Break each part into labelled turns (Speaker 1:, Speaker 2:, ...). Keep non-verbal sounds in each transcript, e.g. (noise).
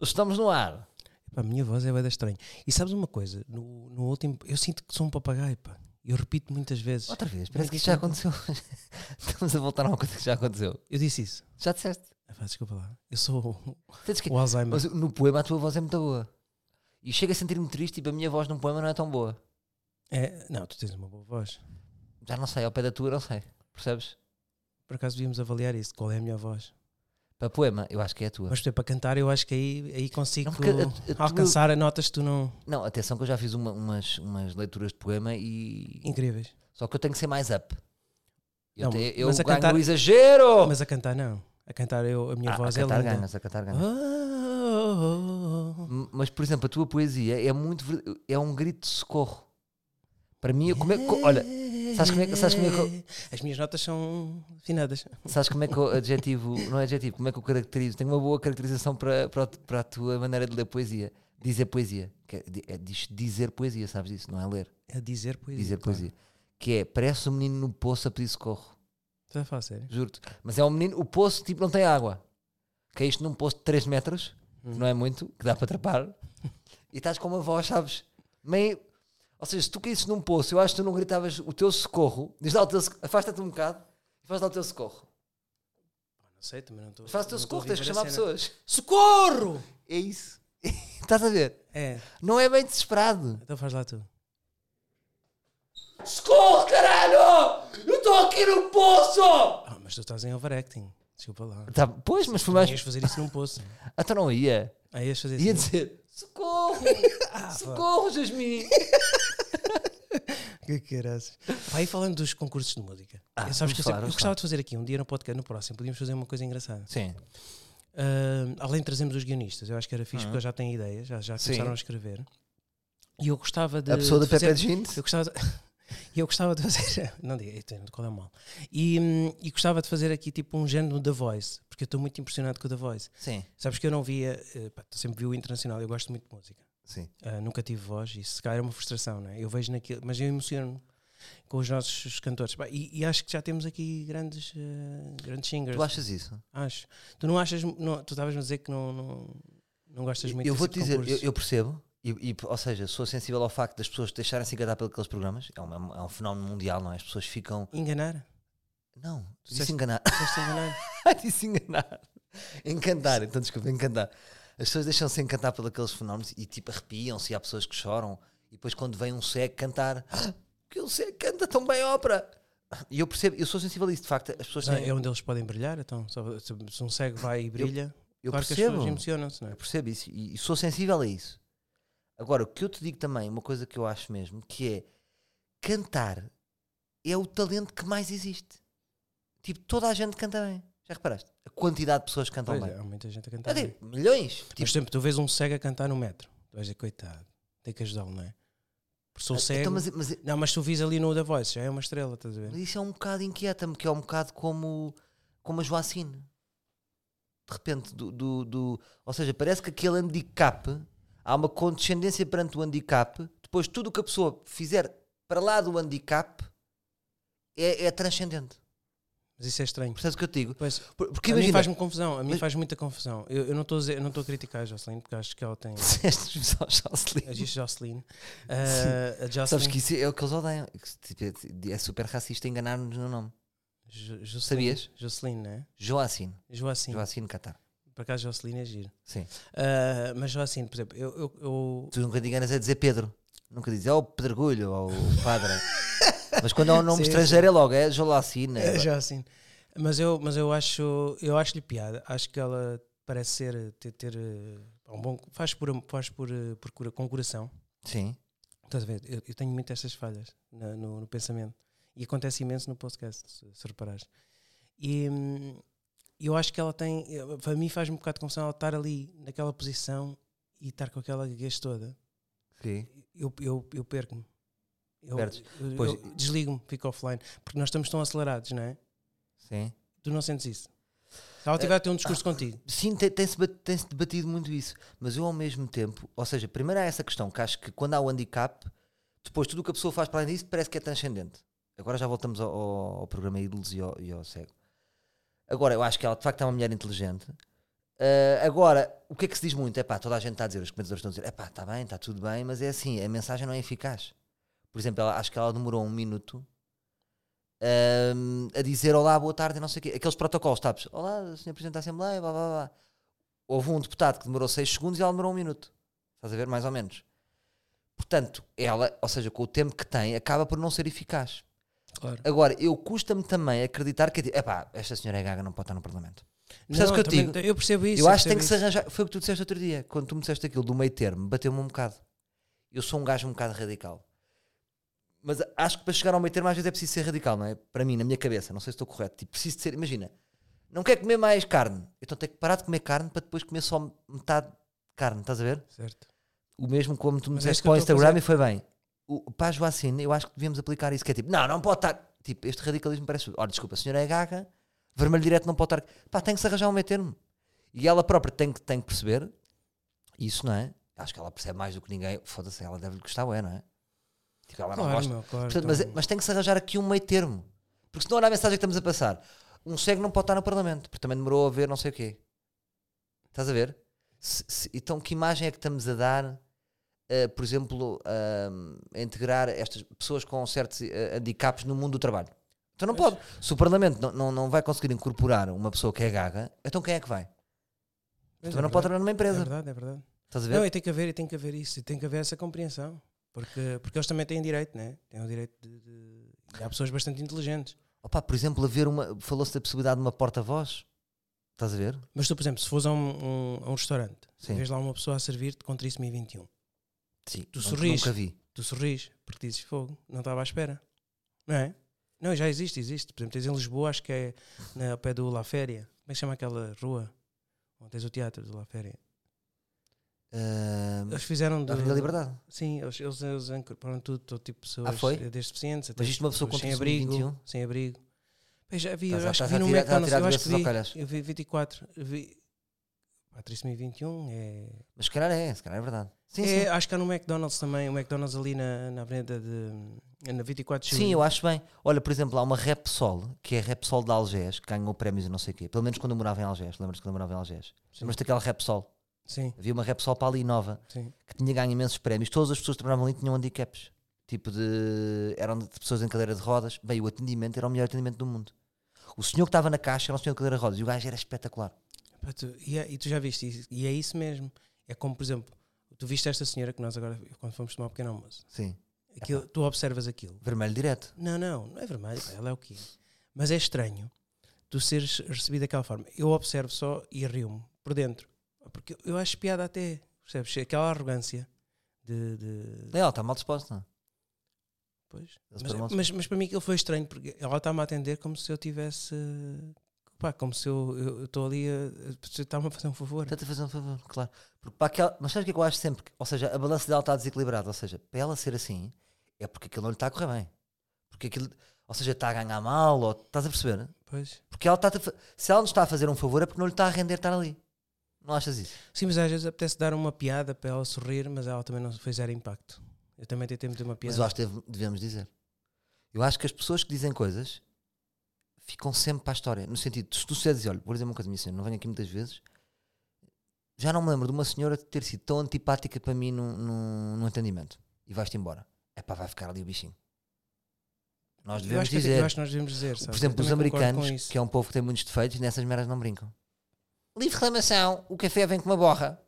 Speaker 1: estamos no ar.
Speaker 2: Pá, a minha voz é bem estranha. E sabes uma coisa? No, no último, eu sinto que sou um papagaio, pá. Eu repito muitas vezes.
Speaker 1: Outra vez, parece que isto já aconteceu. (laughs) estamos a voltar a uma coisa que já aconteceu.
Speaker 2: Eu disse isso.
Speaker 1: Já disseste.
Speaker 2: Ah, pá, desculpa lá. Eu sou
Speaker 1: Sentes (laughs) que-
Speaker 2: o, o Alzheimer.
Speaker 1: Mas no poema a tua voz é muito boa. E chego a sentir-me triste, tipo, a minha voz num poema não é tão boa.
Speaker 2: É, não, tu tens uma boa voz.
Speaker 1: Já não sei, ao pé da tua não sei. Percebes?
Speaker 2: Por acaso devíamos avaliar isso. Qual é a minha voz?
Speaker 1: Para poema, eu acho que é a tua.
Speaker 2: Mas tu é para cantar, eu acho que aí, aí consigo
Speaker 1: Não, porque a- a tua-
Speaker 2: alcançar a notas que tu não.
Speaker 1: Não, atenção que eu já fiz uma- umas, umas leituras de poema e.
Speaker 2: incríveis.
Speaker 1: Só que eu tenho que ser mais up. Eu,
Speaker 2: Não,
Speaker 1: te- eu
Speaker 2: mas a
Speaker 1: ganho
Speaker 2: cantar-
Speaker 1: o exagero!
Speaker 2: Mas a cantar não. A cantar eu, a minha
Speaker 1: Oh. Ah,
Speaker 2: voz
Speaker 1: a
Speaker 2: é
Speaker 1: cantar
Speaker 2: linda.
Speaker 1: ganhas, a cantar ganhas.
Speaker 2: Oh, oh, oh, oh.
Speaker 1: M- Mas, por exemplo, a tua poesia é muito. ver- É um grito de socorro. Para mim, eu- como é, co- olha, sabes como é que- sabes como é
Speaker 2: As minhas notas são finadas.
Speaker 1: sabes como é que eu adjetivo. Não é adjetivo, como é que eu caracterizo? Tenho uma boa caracterização para, para, o- para a tua maneira de ler poesia. Dizer poesia. Que é, di- é diz- dizer poesia, sabes isso? Não é ler.
Speaker 2: A dizer poesia.
Speaker 1: Dizer
Speaker 2: claro.
Speaker 1: poesia. Que é, parece um menino no poço a pedir socorro.
Speaker 2: Estás a falar sério?
Speaker 1: Juro-te. Mas é um menino, o poço tipo não tem água. Caíste num poço de 3 metros, que não é muito, que dá para atrapar, e estás com uma voz, sabes? Meio. Ou seja, se tu caísse num poço, eu acho que tu não gritavas o teu socorro, diz lá o teu soc- afasta-te um bocado e faz lá o teu socorro.
Speaker 2: Não sei, também não estou.
Speaker 1: Faz o teu socorro, tens que chamar pessoas.
Speaker 2: Socorro!
Speaker 1: É isso. (laughs) estás a ver?
Speaker 2: É,
Speaker 1: Não é bem desesperado.
Speaker 2: então faz lá tu.
Speaker 1: Socorro, caralho! Eu estou aqui no poço!
Speaker 2: Ah, mas tu estás em overacting. Desculpa lá.
Speaker 1: Tá, pois, mas foi
Speaker 2: Não
Speaker 1: mais.
Speaker 2: ias fazer isso num poço.
Speaker 1: Até não ia.
Speaker 2: Aí ias fazer
Speaker 1: Ia
Speaker 2: isso.
Speaker 1: dizer: (laughs) Ah, socorro! socorro, Jasmin!
Speaker 2: Que caras. Vai falando dos concursos de música.
Speaker 1: Ah,
Speaker 2: eu, sabes que
Speaker 1: vamos
Speaker 2: eu, sempre-
Speaker 1: falar,
Speaker 2: eu
Speaker 1: vamos
Speaker 2: gostava de fazer aqui um dia no podcast, no próximo, podíamos fazer uma coisa engraçada.
Speaker 1: Sim.
Speaker 2: Ah, além de trazermos os guionistas, eu acho que era fixe porque eles já têm ideias, já, já
Speaker 1: Sim.
Speaker 2: começaram a escrever. E eu gostava de.
Speaker 1: a pessoa da
Speaker 2: de
Speaker 1: Pepe é
Speaker 2: fazer-
Speaker 1: Jeans?
Speaker 2: Eu gostava de... (laughs) eu gostava de fazer. (laughs) Não diga, eita, qual é o mal? E, hum, e gostava de fazer aqui tipo um género da Voice, porque eu estou muito impressionado com o da Voice.
Speaker 1: Sim,
Speaker 2: Sabes que eu não via. eh, pá, sempre vi o internacional, eu gosto muito de música.
Speaker 1: sim.
Speaker 2: Ah, nunca tive voz, isso se calhar é uma frustração, não é? Eu vejo naquilo, mas eu emociono-me com os nossos cantores. Pá, e, e acho que já temos aqui grandes, eh, grandes singers.
Speaker 1: Tu achas isso?
Speaker 2: Acho. Tu não achas. não- tu estavas a dizer que não, não, não gostas muito
Speaker 1: eu
Speaker 2: desse
Speaker 1: vou-te
Speaker 2: tipo de
Speaker 1: dizer, eu,
Speaker 2: concursos.
Speaker 1: eu percebo, e, e, ou seja, sou sensível ao facto das pessoas deixarem-se enganar pelos aqueles programas. É um, é um- é um fenómeno mundial, não é? As pessoas ficam.
Speaker 2: Enganar?
Speaker 1: Não, tu disse
Speaker 2: Disseste-
Speaker 1: enganar.
Speaker 2: Estás-te a
Speaker 1: (laughs)
Speaker 2: enganar?
Speaker 1: disse enganar. Encantar, então desculpa, encantar. As pessoas deixam-se encantar pelos aqueles fenómenos e tipo arrepiam-se. E há pessoas que choram. E depois, quando vem um cego cantar, "Ah, que o cego canta tão bem ópera. E eu percebo, eu sou sensível a isso, de facto. As pessoas
Speaker 2: Não,
Speaker 1: têm.
Speaker 2: é onde eles podem brilhar, então. só- Se, se um cego vai e brilha,
Speaker 1: eu
Speaker 2: claro que as
Speaker 1: percebo.
Speaker 2: pessoas emocionam-se, não é?
Speaker 1: Eu percebo isso e, e sou sensível a isso. Agora, o que eu te digo também, uma coisa que eu acho mesmo, que é cantar é o talento que mais existe. Tipo, toda a gente canta bem. Já reparaste? A quantidade de pessoas que cantam
Speaker 2: Pois
Speaker 1: bem.
Speaker 2: é, há muita gente a
Speaker 1: Eu
Speaker 2: cantar.
Speaker 1: digo,
Speaker 2: bem.
Speaker 1: milhões. Tipo,
Speaker 2: Mas sempre tu vês um cego a cantar no metro. Tu vais dizer, coitado, tem que ajudá-lo, não é? Porque sou cego.
Speaker 1: então, mas, mas-
Speaker 2: Não, mas tu vis ali no da Voice, já é uma estrela, estás a ver?
Speaker 1: mas isso é um bocado inquieta-me, que é um bocado como, como a Joacine. De repente, do, do, do- ou seja, parece que aquele handicap, há uma condescendência perante o handicap, depois tudo o que a pessoa fizer para lá do handicap é, é transcendente.
Speaker 2: Mas isso é estranho.
Speaker 1: Percebes o que eu te digo?
Speaker 2: Pois,
Speaker 1: Por- Porque
Speaker 2: a mim
Speaker 1: imagina,
Speaker 2: faz-me confusão, a mim
Speaker 1: Mas-
Speaker 2: faz muita confusão. Eu, eu não estou a dizer- eu não estou a criticar a Jocelyn, porque acho que ela
Speaker 1: (laughs)
Speaker 2: tem.
Speaker 1: disseste só
Speaker 2: Eu
Speaker 1: Jocelyn.
Speaker 2: disse Jocelyn.
Speaker 1: (laughs)
Speaker 2: Ah, a Jocelyn.
Speaker 1: Sabes que isso é o que eles odeiam. Tipo, é- É super racista enganar-nos no nome.
Speaker 2: Jo- Jocelyn-
Speaker 1: Sabias?
Speaker 2: Jocelyn, né?
Speaker 1: Joacine.
Speaker 2: Joacine.
Speaker 1: Joacine Catar.
Speaker 2: Por acaso Jocelyn é giro.
Speaker 1: Sim.
Speaker 2: Ah, mas Joacine, por exemplo, eu. eu, eu-
Speaker 1: Tu nunca te enganas a dizer Pedro. Nunca dizes, é o Pedregulho ou o
Speaker 2: (laughs)
Speaker 1: Padre. Mas quando é um nome
Speaker 2: Sim,
Speaker 1: estrangeiro é logo, é
Speaker 2: (laughs)
Speaker 1: Jolacina.
Speaker 2: é Joacine. Mas eu, mas eu acho. Eu acho-lhe piada. Acho que ela parece ser. ter. ter, eh, um bom, faz por, am- faz por, eh, por cura, com coração.
Speaker 1: Sim.
Speaker 2: Estás a ver? Eu, eu tenho muito estas falhas na- no, no pensamento. E acontece imenso no podcast, se, se reparares. E hum, eu acho que ela tem. eu- Para mim faz-me um bocado de confusão ela estar ali, naquela posição e estar com aquela gaguez toda.
Speaker 1: Sim.
Speaker 2: Eu, eu, eu perco-me. Eu,
Speaker 1: Perdes.
Speaker 2: eu-
Speaker 1: Pois.
Speaker 2: eu desligo-me, fico offline. Porque nós estamos tão acelerados, não é?
Speaker 1: Sim.
Speaker 2: Tu não sentes isso. Se
Speaker 1: É.
Speaker 2: ela tiver a ter um discurso contigo,
Speaker 1: Sim, te- tem-se ba- tem-se debatido muito isso. Mas eu ao mesmo tempo, ou seja, primeiro há essa questão que acho que quando há o handicap, depois tudo o que a pessoa faz para além disso parece que é transcendente. Agora já voltamos ao, ao- ao programa Ídolos e ao, e ao Cego. Agora, eu acho que ela de facto é uma mulher inteligente. Ah, agora, o que é que se diz muito? É pá, toda a gente está a dizer, os comentadores estão a dizer, é pá, está bem, está tudo bem, mas é assim, a mensagem não é eficaz. Por exemplo, ela- acho que ela demorou um minuto ahm, a dizer olá, boa tarde, não sei o quê. Aqueles protocolos, sabes? Olá, Sr. Presidente da Assembleia, blá blá blá. Houve um deputado que demorou 6 segundos e ela demorou um minuto. Estás a ver? Mais ou menos. Portanto, ela, ou seja, com o tempo que tem, acaba por não ser eficaz.
Speaker 2: Claro.
Speaker 1: Agora, eu custa-me também acreditar que é tipo, epá, esta senhora é gaga, não pode estar no Parlamento. Percebes o que eu
Speaker 2: também-
Speaker 1: digo?
Speaker 2: Eu percebo isso.
Speaker 1: eu acho que tem
Speaker 2: percebo
Speaker 1: que se arranjar. Foi o que tu disseste outro dia, quando tu me disseste aquilo do meio termo, bateu-me um bocado. Eu sou um gajo um bocado radical. Mas a- acho que para chegar ao meio termo às vezes é preciso ser radical, não é? Para mim, na minha cabeça, não sei se estou correto. Tipo, preciso de ser, imagina, não quer comer mais carne. Então tenho que parar de comer carne para depois comer só metade de carne, estás a ver?
Speaker 2: isso. Certo.
Speaker 1: O mesmo como tu me
Speaker 2: Mas é
Speaker 1: disseste
Speaker 2: isso que
Speaker 1: para o
Speaker 2: eu estou a
Speaker 1: Instagram e foi bem. O, para a Joacine, eu acho que devíamos aplicar isso, que é tipo, não, não pode estar. Tipo, este radicalismo parece. tudo. Olha, desculpa, a senhora é gaga, vermelho direto não pode estar. Pá, tem que se arranjar um meio termo. E ela própria tem que, tem que perceber isso, não é? Acho que ela percebe mais do que ninguém. Foda-se, ela deve-lhe gostar, é, não é? Tipo, ela não
Speaker 2: Claro,
Speaker 1: gosta.
Speaker 2: meu, claro.
Speaker 1: Portanto, mas, é-
Speaker 2: então-
Speaker 1: mas tem que se arranjar aqui um meio termo. Porque senão olha a mensagem que estamos a passar. Um cego não pode estar no Parlamento, porque também demorou a ver não sei o quê. Estás a ver? Se- se- então, que imagem é que estamos a dar, eh, por exemplo, ahm, a integrar estas pessoas com certos eh, handicaps no mundo do trabalho? Então não
Speaker 2: Pois.
Speaker 1: pode. Se o Parlamento não, não, não vai conseguir incorporar uma pessoa que é gaga, então quem é que vai?
Speaker 2: Mas
Speaker 1: também
Speaker 2: é
Speaker 1: não pode
Speaker 2: verdade,
Speaker 1: trabalhar numa
Speaker 2: É
Speaker 1: empresa.
Speaker 2: verdade, é verdade.
Speaker 1: Estás a ver?
Speaker 2: Não, e tem que haver, e tem que haver isso, e tem que haver essa compreensão. Porque, porque eles também têm direito, né? Têm o direito de. de- e há pessoas bastante inteligentes.
Speaker 1: Opa, por exemplo, haver uma. Falou-se da possibilidade de uma porta-voz. Estás a ver?
Speaker 2: Mas tu, por exemplo, se fores a um, um- a um restaurante,
Speaker 1: Sim.
Speaker 2: vês lá uma pessoa a servir-te com trissomia 21,
Speaker 1: Sim.
Speaker 2: Tu
Speaker 1: nun-
Speaker 2: sorris.
Speaker 1: Nunca vi.
Speaker 2: um, tu sorris porque dizes fogo, não estava à espera. Não é? Não, já existe, existe. Por exemplo, tens em Lisboa, acho que é na, ao pé do La Féria. Como é que chama aquela rua? Onde tens o teatro do La Féria?
Speaker 1: Ahm,
Speaker 2: Eles fizeram.
Speaker 1: da
Speaker 2: De,
Speaker 1: Avenida Liberdade.
Speaker 2: Sim, eles, eles, eles incorporaram tudo, todo tipo de pessoas.
Speaker 1: Ah, foi?
Speaker 2: eh, Desde deficientes até
Speaker 1: Mas isto uma pessoa com tipo
Speaker 2: pessoas sem
Speaker 1: trissomia
Speaker 2: abrigo.
Speaker 1: 21?
Speaker 2: Sem abrigo. Pá, já vi,
Speaker 1: Estás
Speaker 2: eu
Speaker 1: a-
Speaker 2: acho que
Speaker 1: estás
Speaker 2: vi
Speaker 1: a
Speaker 2: no
Speaker 1: tirar- estás a
Speaker 2: McDonald's.
Speaker 1: tirar
Speaker 2: Eu acho que
Speaker 1: doenças ao
Speaker 2: vi,
Speaker 1: calhas.
Speaker 2: eu vi 24. eu Vi, pá, 3.021 é.
Speaker 1: Mas se calhar é, se calhar é verdade. Sim,
Speaker 2: é,
Speaker 1: sim.
Speaker 2: Acho que há no McDonald's também. O McDonald's ali na, na avenida de. Na 24 de julho.
Speaker 1: Sim, eu acho bem. Olha, por exemplo, há uma rap sol, que é a rap sol de Algés, que ganhou prémios e não sei o quê. Pelo menos quando eu morava em Algés. Lembras-te quando eu morava em Algés?
Speaker 2: Sim.
Speaker 1: Lembras-te daquela rap sol?
Speaker 2: Sim,
Speaker 1: Havia uma rap sol para ali nova,
Speaker 2: sim.
Speaker 1: que tinha ganho imensos prémios. Todas as pessoas que trabalhavam ali tinham handicaps. Tipo de. eram de pessoas em cadeira de rodas. Bem, o atendimento era o melhor atendimento do mundo. O senhor que estava na caixa era um senhor de cadeira de rodas e o gajo era espetacular.
Speaker 2: Pá, tu- e, é- e tu já viste isso. E é isso mesmo. É como, por exemplo, tu viste esta senhora que nós agora, quando fomos tomar um pequeno almoço,
Speaker 1: Sim.
Speaker 2: aquilo, tu observas aquilo.
Speaker 1: Vermelho direto.
Speaker 2: Não, não, não é vermelho, pá, ela é o que é. Mas é estranho tu seres recebido daquela forma. Eu observo só e rio-me por dentro. Porque eu acho piada até, percebes? Aquela arrogância de. de-
Speaker 1: Não, ela está mal disposta. não? é?
Speaker 2: pois.
Speaker 1: Eles
Speaker 2: Mas,
Speaker 1: foram mal
Speaker 2: mas, mas para mim aquilo foi estranho, porque ela está-me a atender como se eu tivesse. Pá, como se eu eu estou ali a. Está-me a fazer um favor.
Speaker 1: Tenta fazer um favor, claro. Porque para aquela, mas sabes o que é que eu acho sempre? Que- Ou seja, a balança dela está desequilibrada. Ou seja, para ela ser assim, é porque aquilo não lhe está a correr bem. Porque aquilo, ou seja, está a ganhar mal, ou estás a perceber?
Speaker 2: Pois.
Speaker 1: Porque ela está a fa- se ela nos está a fazer um favor, é porque não lhe está a render estar ali. Não achas isso?
Speaker 2: Sim, mas às vezes apetece dar uma piada para ela sorrir, mas ela também não fez zero impacto. Eu também tentei meter uma piada.
Speaker 1: Mas eu acho que deve- devemos dizer. Eu acho que as pessoas que dizem coisas ficam sempre para a história. No sentido, se tu disseres, olha, vou dizer uma coisa, minha senhora, não venho aqui muitas vezes. Já não me lembro de uma senhora ter sido tão antipática para mim num, num, num atendimento. E vais-te embora. É pá, vai ficar ali o bichinho. Nós
Speaker 2: Eu
Speaker 1: devemos
Speaker 2: acho, que,
Speaker 1: dizer.
Speaker 2: eu acho que nós devemos dizer.
Speaker 1: Por
Speaker 2: sabes? Eu
Speaker 1: exemplo, os
Speaker 2: também concordo com
Speaker 1: americanos,
Speaker 2: isso.
Speaker 1: que é um povo que tem muitos defeitos, nessas meras não brincam. Livre reclamação, o café vem com uma borra.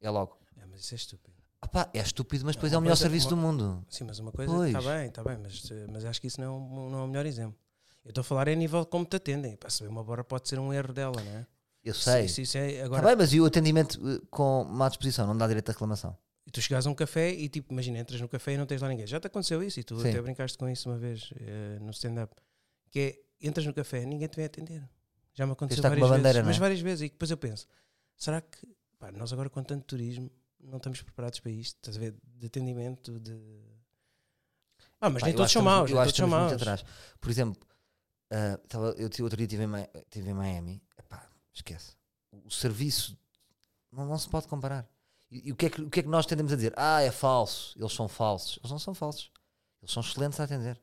Speaker 1: É logo.
Speaker 2: É, mas isso é estúpido.
Speaker 1: Ah pá, é estúpido, mas depois
Speaker 2: Não,
Speaker 1: é o melhor
Speaker 2: mas é
Speaker 1: serviço do
Speaker 2: uma-
Speaker 1: mundo.
Speaker 2: Sim, mas uma coisa
Speaker 1: Pois.
Speaker 2: está bem, está bem, mas, eh, mas acho que isso não é, um- não é o melhor exemplo. Eu estou a falar em nível de como te atendem. Para saber uma bora pode ser um erro dela, não é?
Speaker 1: Eu
Speaker 2: Isso-
Speaker 1: sei.
Speaker 2: Isso, isso é,
Speaker 1: Tá
Speaker 2: agora,
Speaker 1: bem, mas e o atendimento eh, com má disposição? Não dá direito à reclamação.
Speaker 2: tu chegas a um café e tipo, imagina, entras no café e não tens lá ninguém. Já te aconteceu isso e tu
Speaker 1: Sim.
Speaker 2: até brincaste com isso uma vez eh, no stand-up. Que é, entras no café e ninguém te vem atender. Já me aconteceu
Speaker 1: estar com
Speaker 2: várias
Speaker 1: uma
Speaker 2: vezes.
Speaker 1: bandeira, não é?
Speaker 2: Mas várias vezes. E depois eu penso, será que pá, nós agora com tanto turismo não estamos preparados para isto? Estás a ver? De atendimento, de... Ah, mas
Speaker 1: Pá,
Speaker 2: nem
Speaker 1: eu
Speaker 2: todos
Speaker 1: acho
Speaker 2: são
Speaker 1: que estamos-
Speaker 2: maus,
Speaker 1: Eu
Speaker 2: nem
Speaker 1: acho
Speaker 2: todos
Speaker 1: que
Speaker 2: são
Speaker 1: estamos muito
Speaker 2: maus. (laughs)
Speaker 1: atrás. Por exemplo, ah, tava- eu ti- outro dia estive em, Mi- tive em Miami. Epá, esquece. O serviço não, não se pode comparar. E, e o, que é que, o que é que nós tendemos a dizer? Ah, é falso. Eles são falsos. Eles não são falsos. Eles são excelentes a atender.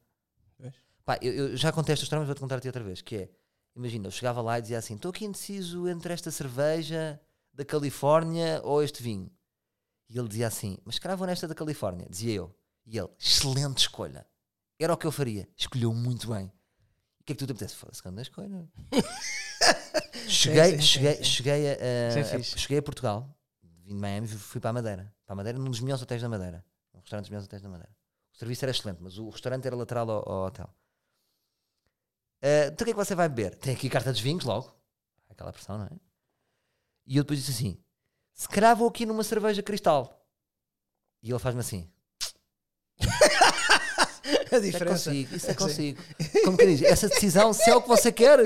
Speaker 2: Pois.
Speaker 1: Pá, eu, eu já contei esta história, mas vou-te contar-te outra vez. Que é, imagina, eu chegava lá e dizia assim, estou aqui indeciso entre esta cerveja da Califórnia ou este vinho? E ele dizia assim: Mas cravam nesta da Califórnia, dizia eu. E ele: Excelente escolha. Era o que eu faria. Escolheu muito bem. O que é que tu te apetece? Foi a segunda escolha. cheguei,
Speaker 2: sim, sim,
Speaker 1: cheguei,
Speaker 2: sim.
Speaker 1: Cheguei, a,
Speaker 2: Isso é
Speaker 1: a-
Speaker 2: fixe.
Speaker 1: cheguei a Portugal, vim de Miami, fui- fui para a Madeira. Para a Madeira, num dos melhores hotéis da Madeira. Um restaurante dos melhores hotéis da Madeira. O serviço era excelente, mas o restaurante era lateral ao, ao hotel. Ah, então o que é que você vai beber? Tem aqui carta dos vinhos, logo. Aquela pressão, não é? E eu depois disse assim: se calhar vou aqui numa cerveja cristal. E ele faz-me assim: isso
Speaker 2: A
Speaker 1: é que
Speaker 2: diferença.
Speaker 1: consigo, isso é que
Speaker 2: Sim.
Speaker 1: consigo. Como que diz? Essa decisão, se é o que você quer,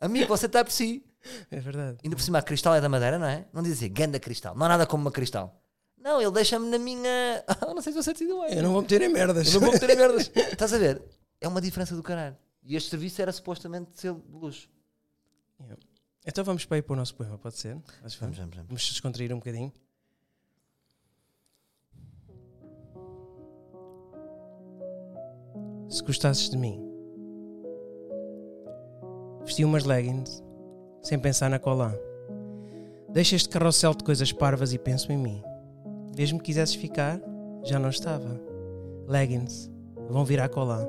Speaker 1: amigo, você está por si.
Speaker 2: É verdade.
Speaker 1: Ainda por cima, a cristal é da madeira, não é? Não dizia ganda cristal, não há nada como uma cristal. Não, ele deixa-me na minha. (laughs) Ah, não sei se você decidiu bem.
Speaker 2: Eu não vou meter em merdas.
Speaker 1: Eu não vou meter em merdas. Estás a ver? É uma diferença do caralho. E este serviço era supostamente ser de luxo.
Speaker 2: Então vamos para aí para o nosso poema, pode ser? Nós
Speaker 1: Vamos,
Speaker 2: vamos.
Speaker 1: vamos, vamos.
Speaker 2: Vamos descontrair um bocadinho. Se gostasses de mim, vesti umas leggings sem pensar na colã. Deixa este carrossel de coisas parvas e penso em mim. Mesmo que quisesses ficar, já não estava. Leggings vão virar colã.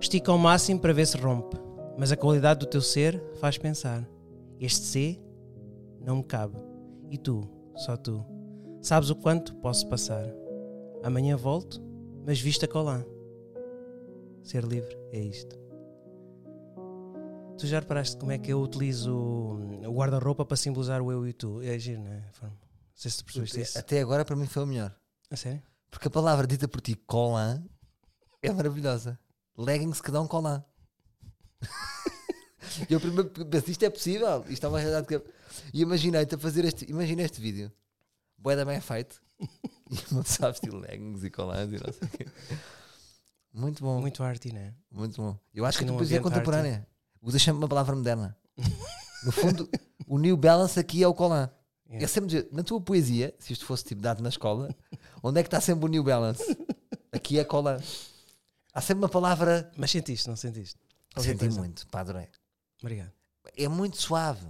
Speaker 2: Estica ao máximo para ver se rompe, mas a qualidade do teu ser faz pensar. Este ser não me cabe. E tu, só tu, sabes o quanto posso passar. Amanhã volto, mas vista colã. Ser livre é isto. Tu já reparaste como é que eu utilizo o guarda-roupa para simbolizar o eu e o tu? É giro, não é? Forma. Não sei se tu percebeste isso.
Speaker 1: Até agora, para mim, foi o melhor.
Speaker 2: A sério?
Speaker 1: Porque a palavra dita por ti, colã, é maravilhosa. Leggings que dão colã. (laughs) E eu primeiro pensei, isto é possível? Isto é uma realidade que eu... E imaginei-te a fazer este, imagina este vídeo. Boeda bem feito. (laughs) E uma pessoa a vestir leggings e colãs e não sei o quê. Muito bom, muito,
Speaker 2: Muito arte, não é?
Speaker 1: bom. Eu acho que a
Speaker 2: Num
Speaker 1: tua poesia é
Speaker 2: ambiente
Speaker 1: contemporânea. Usa sempre uma palavra
Speaker 2: (laughs)
Speaker 1: moderna. No fundo, o New Balance aqui é o colã.
Speaker 2: Yeah.
Speaker 1: Eu sempre dizia, na tua poesia, se isto fosse tipo dado na
Speaker 2: (laughs)
Speaker 1: escola, onde é que está sempre o New Balance? Aqui é cola. Há sempre uma palavra.
Speaker 2: Mas sentiste, não sentiste? Qualquer
Speaker 1: Senti
Speaker 2: coisa.
Speaker 1: muito, pá, adorei.
Speaker 2: Obrigado.
Speaker 1: É muito suave,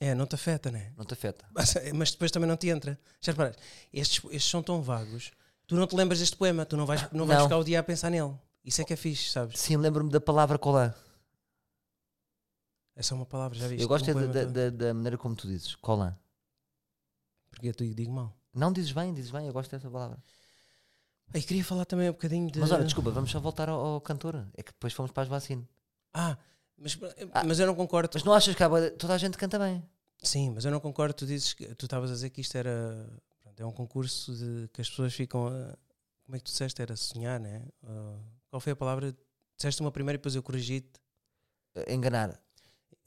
Speaker 2: É, não te afeta, não é?
Speaker 1: não te afeta.
Speaker 2: Mas, mas depois também não te entra. Já reparaste? Estes, estes são tão vagos. Tu não te lembras deste poema, tu não vais, não vais
Speaker 1: Não.
Speaker 2: ficar o dia a pensar nele. Isso é que é fixe, sabes?
Speaker 1: Sim, lembro-me da palavra cola.
Speaker 2: É só uma palavra, já viste?
Speaker 1: Eu gosto
Speaker 2: Um
Speaker 1: é da,
Speaker 2: poema
Speaker 1: da,
Speaker 2: todo.
Speaker 1: da- da maneira como tu dizes, cola.
Speaker 2: Porque eu te digo mal.
Speaker 1: Não dizes bem, dizes bem, eu gosto dessa palavra.
Speaker 2: Aí queria falar também um bocadinho de.
Speaker 1: Mas olha, desculpa, vamos só voltar ao, ao cantor. É que depois fomos para as vacinas.
Speaker 2: Ah, mas,
Speaker 1: Ah.
Speaker 2: mas eu não concordo.
Speaker 1: Mas não achas que há bué- toda a gente canta bem?
Speaker 2: Sim, mas eu não concordo. Tu dizes que tu estavas a dizer que isto era. pronto, é um concurso de que as pessoas ficam a. Como é que tu disseste? Era sonhar, né? Ah, qual foi a palavra? Disseste uma primeira e depois eu corrigi-te.
Speaker 1: Eh, Enganar.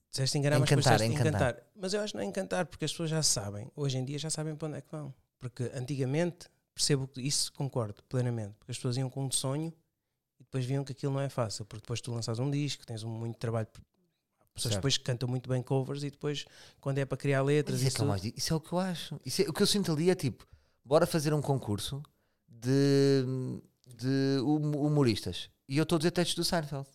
Speaker 2: Disseste enganar, mas
Speaker 1: Encantar,
Speaker 2: depois disseste
Speaker 1: encantar.
Speaker 2: encantar. Mas eu acho que não é encantar, porque as pessoas já sabem, hoje em dia já sabem para onde é que vão. Porque antigamente, percebo que isso concordo plenamente, porque as pessoas iam com um sonho e depois viam que aquilo não é fácil, porque depois tu lanças um disco, tens um muito trabalho. Há pessoas
Speaker 1: Certo.
Speaker 2: depois que cantam muito bem covers e depois, quando é para criar letras,
Speaker 1: Isso é, que é
Speaker 2: isso
Speaker 1: o
Speaker 2: tudo-
Speaker 1: mais di- isso é o que eu acho. Isso é- o que eu sinto ali é tipo: bora fazer um concurso de, de hum- humoristas. E eu estou a dizer textos do Seinfeld.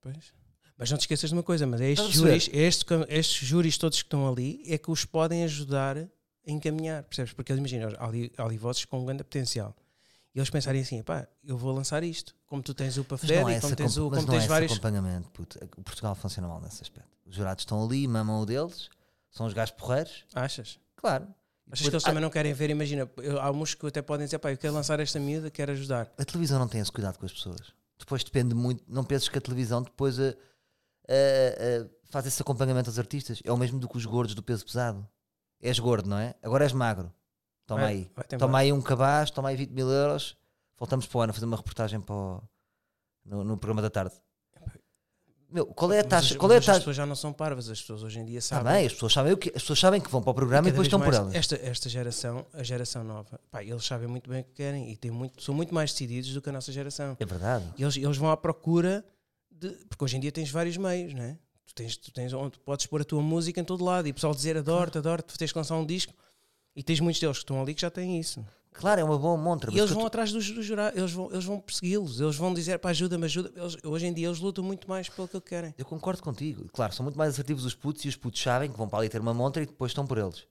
Speaker 2: Pois. Mas não te esqueças de uma coisa, mas é estes,
Speaker 1: Estás a perceber?
Speaker 2: júris, é este- estes júris todos que estão ali é que os podem ajudar a encaminhar, percebes? Porque eles imaginam, há ali, há ali vozes com um grande potencial. E eles pensarem assim, pá, eu vou lançar isto. Como tu tens o
Speaker 1: Mas não é
Speaker 2: Pafredi,
Speaker 1: esse,
Speaker 2: como tens,
Speaker 1: acom-
Speaker 2: o,
Speaker 1: mas
Speaker 2: como
Speaker 1: não é
Speaker 2: tens
Speaker 1: esse
Speaker 2: vários...
Speaker 1: acompanhamento. puto. O Portugal funciona mal nesse aspecto. Os jurados estão ali, mamam o deles, são os gajos porreiros,
Speaker 2: Achas?
Speaker 1: claro. E
Speaker 2: Achas que
Speaker 1: depois-
Speaker 2: eles também não querem ver? Imagina, eu- há uns que até podem dizer, pá, eu quero lançar esta miúda, quero ajudar.
Speaker 1: a, a televisão não tem esse cuidado com as pessoas. Depois depende muito. Não penses que a televisão depois a, a- a- faz esse acompanhamento aos artistas. É o mesmo do que os gordos do peso pesado. És gordo, não é? Agora és magro. Toma
Speaker 2: Vai-
Speaker 1: aí.
Speaker 2: vai-te embora.
Speaker 1: Toma aí um cabaz, toma aí 20 mil euros. Voltamos para o ano a fazer uma reportagem para o- no, no programa da tarde. Meu, qual é a
Speaker 2: Mas
Speaker 1: taxa?
Speaker 2: as-
Speaker 1: Qual é a
Speaker 2: mas as
Speaker 1: taxa?
Speaker 2: pessoas já não são parvas, as pessoas hoje em dia
Speaker 1: Está
Speaker 2: sabem.
Speaker 1: bem, as pessoas, sabem o que, as pessoas sabem que vão para o programa e,
Speaker 2: Cada
Speaker 1: depois
Speaker 2: vez
Speaker 1: estão por
Speaker 2: mais,
Speaker 1: elas.
Speaker 2: Esta, esta geração, a geração nova, pá, eles sabem muito bem o que querem e têm muito, são muito mais decididos do que a nossa geração.
Speaker 1: É verdade.
Speaker 2: E Eles, eles vão à procura de. Porque hoje em dia tens vários meios, não é? Tu tens, tu tens onde podes pôr a tua música em todo lado e o pessoal dizer adoro-te, adoro-te, tens que lançar um disco e tens muitos deles que estão ali que já têm isso.
Speaker 1: Claro, é uma boa montra.
Speaker 2: E
Speaker 1: Mas
Speaker 2: eles
Speaker 1: que eu
Speaker 2: vão atrás dos, dos jurados, eles vão, eles vão persegui-los, eles vão dizer para ajuda-me, ajuda. Eles, hoje em dia eles lutam muito mais pelo que querem.
Speaker 1: tô- eu concordo contigo. Claro, são muito mais assertivos os putos e os putos sabem que vão para ali ter uma montra e depois estão por eles.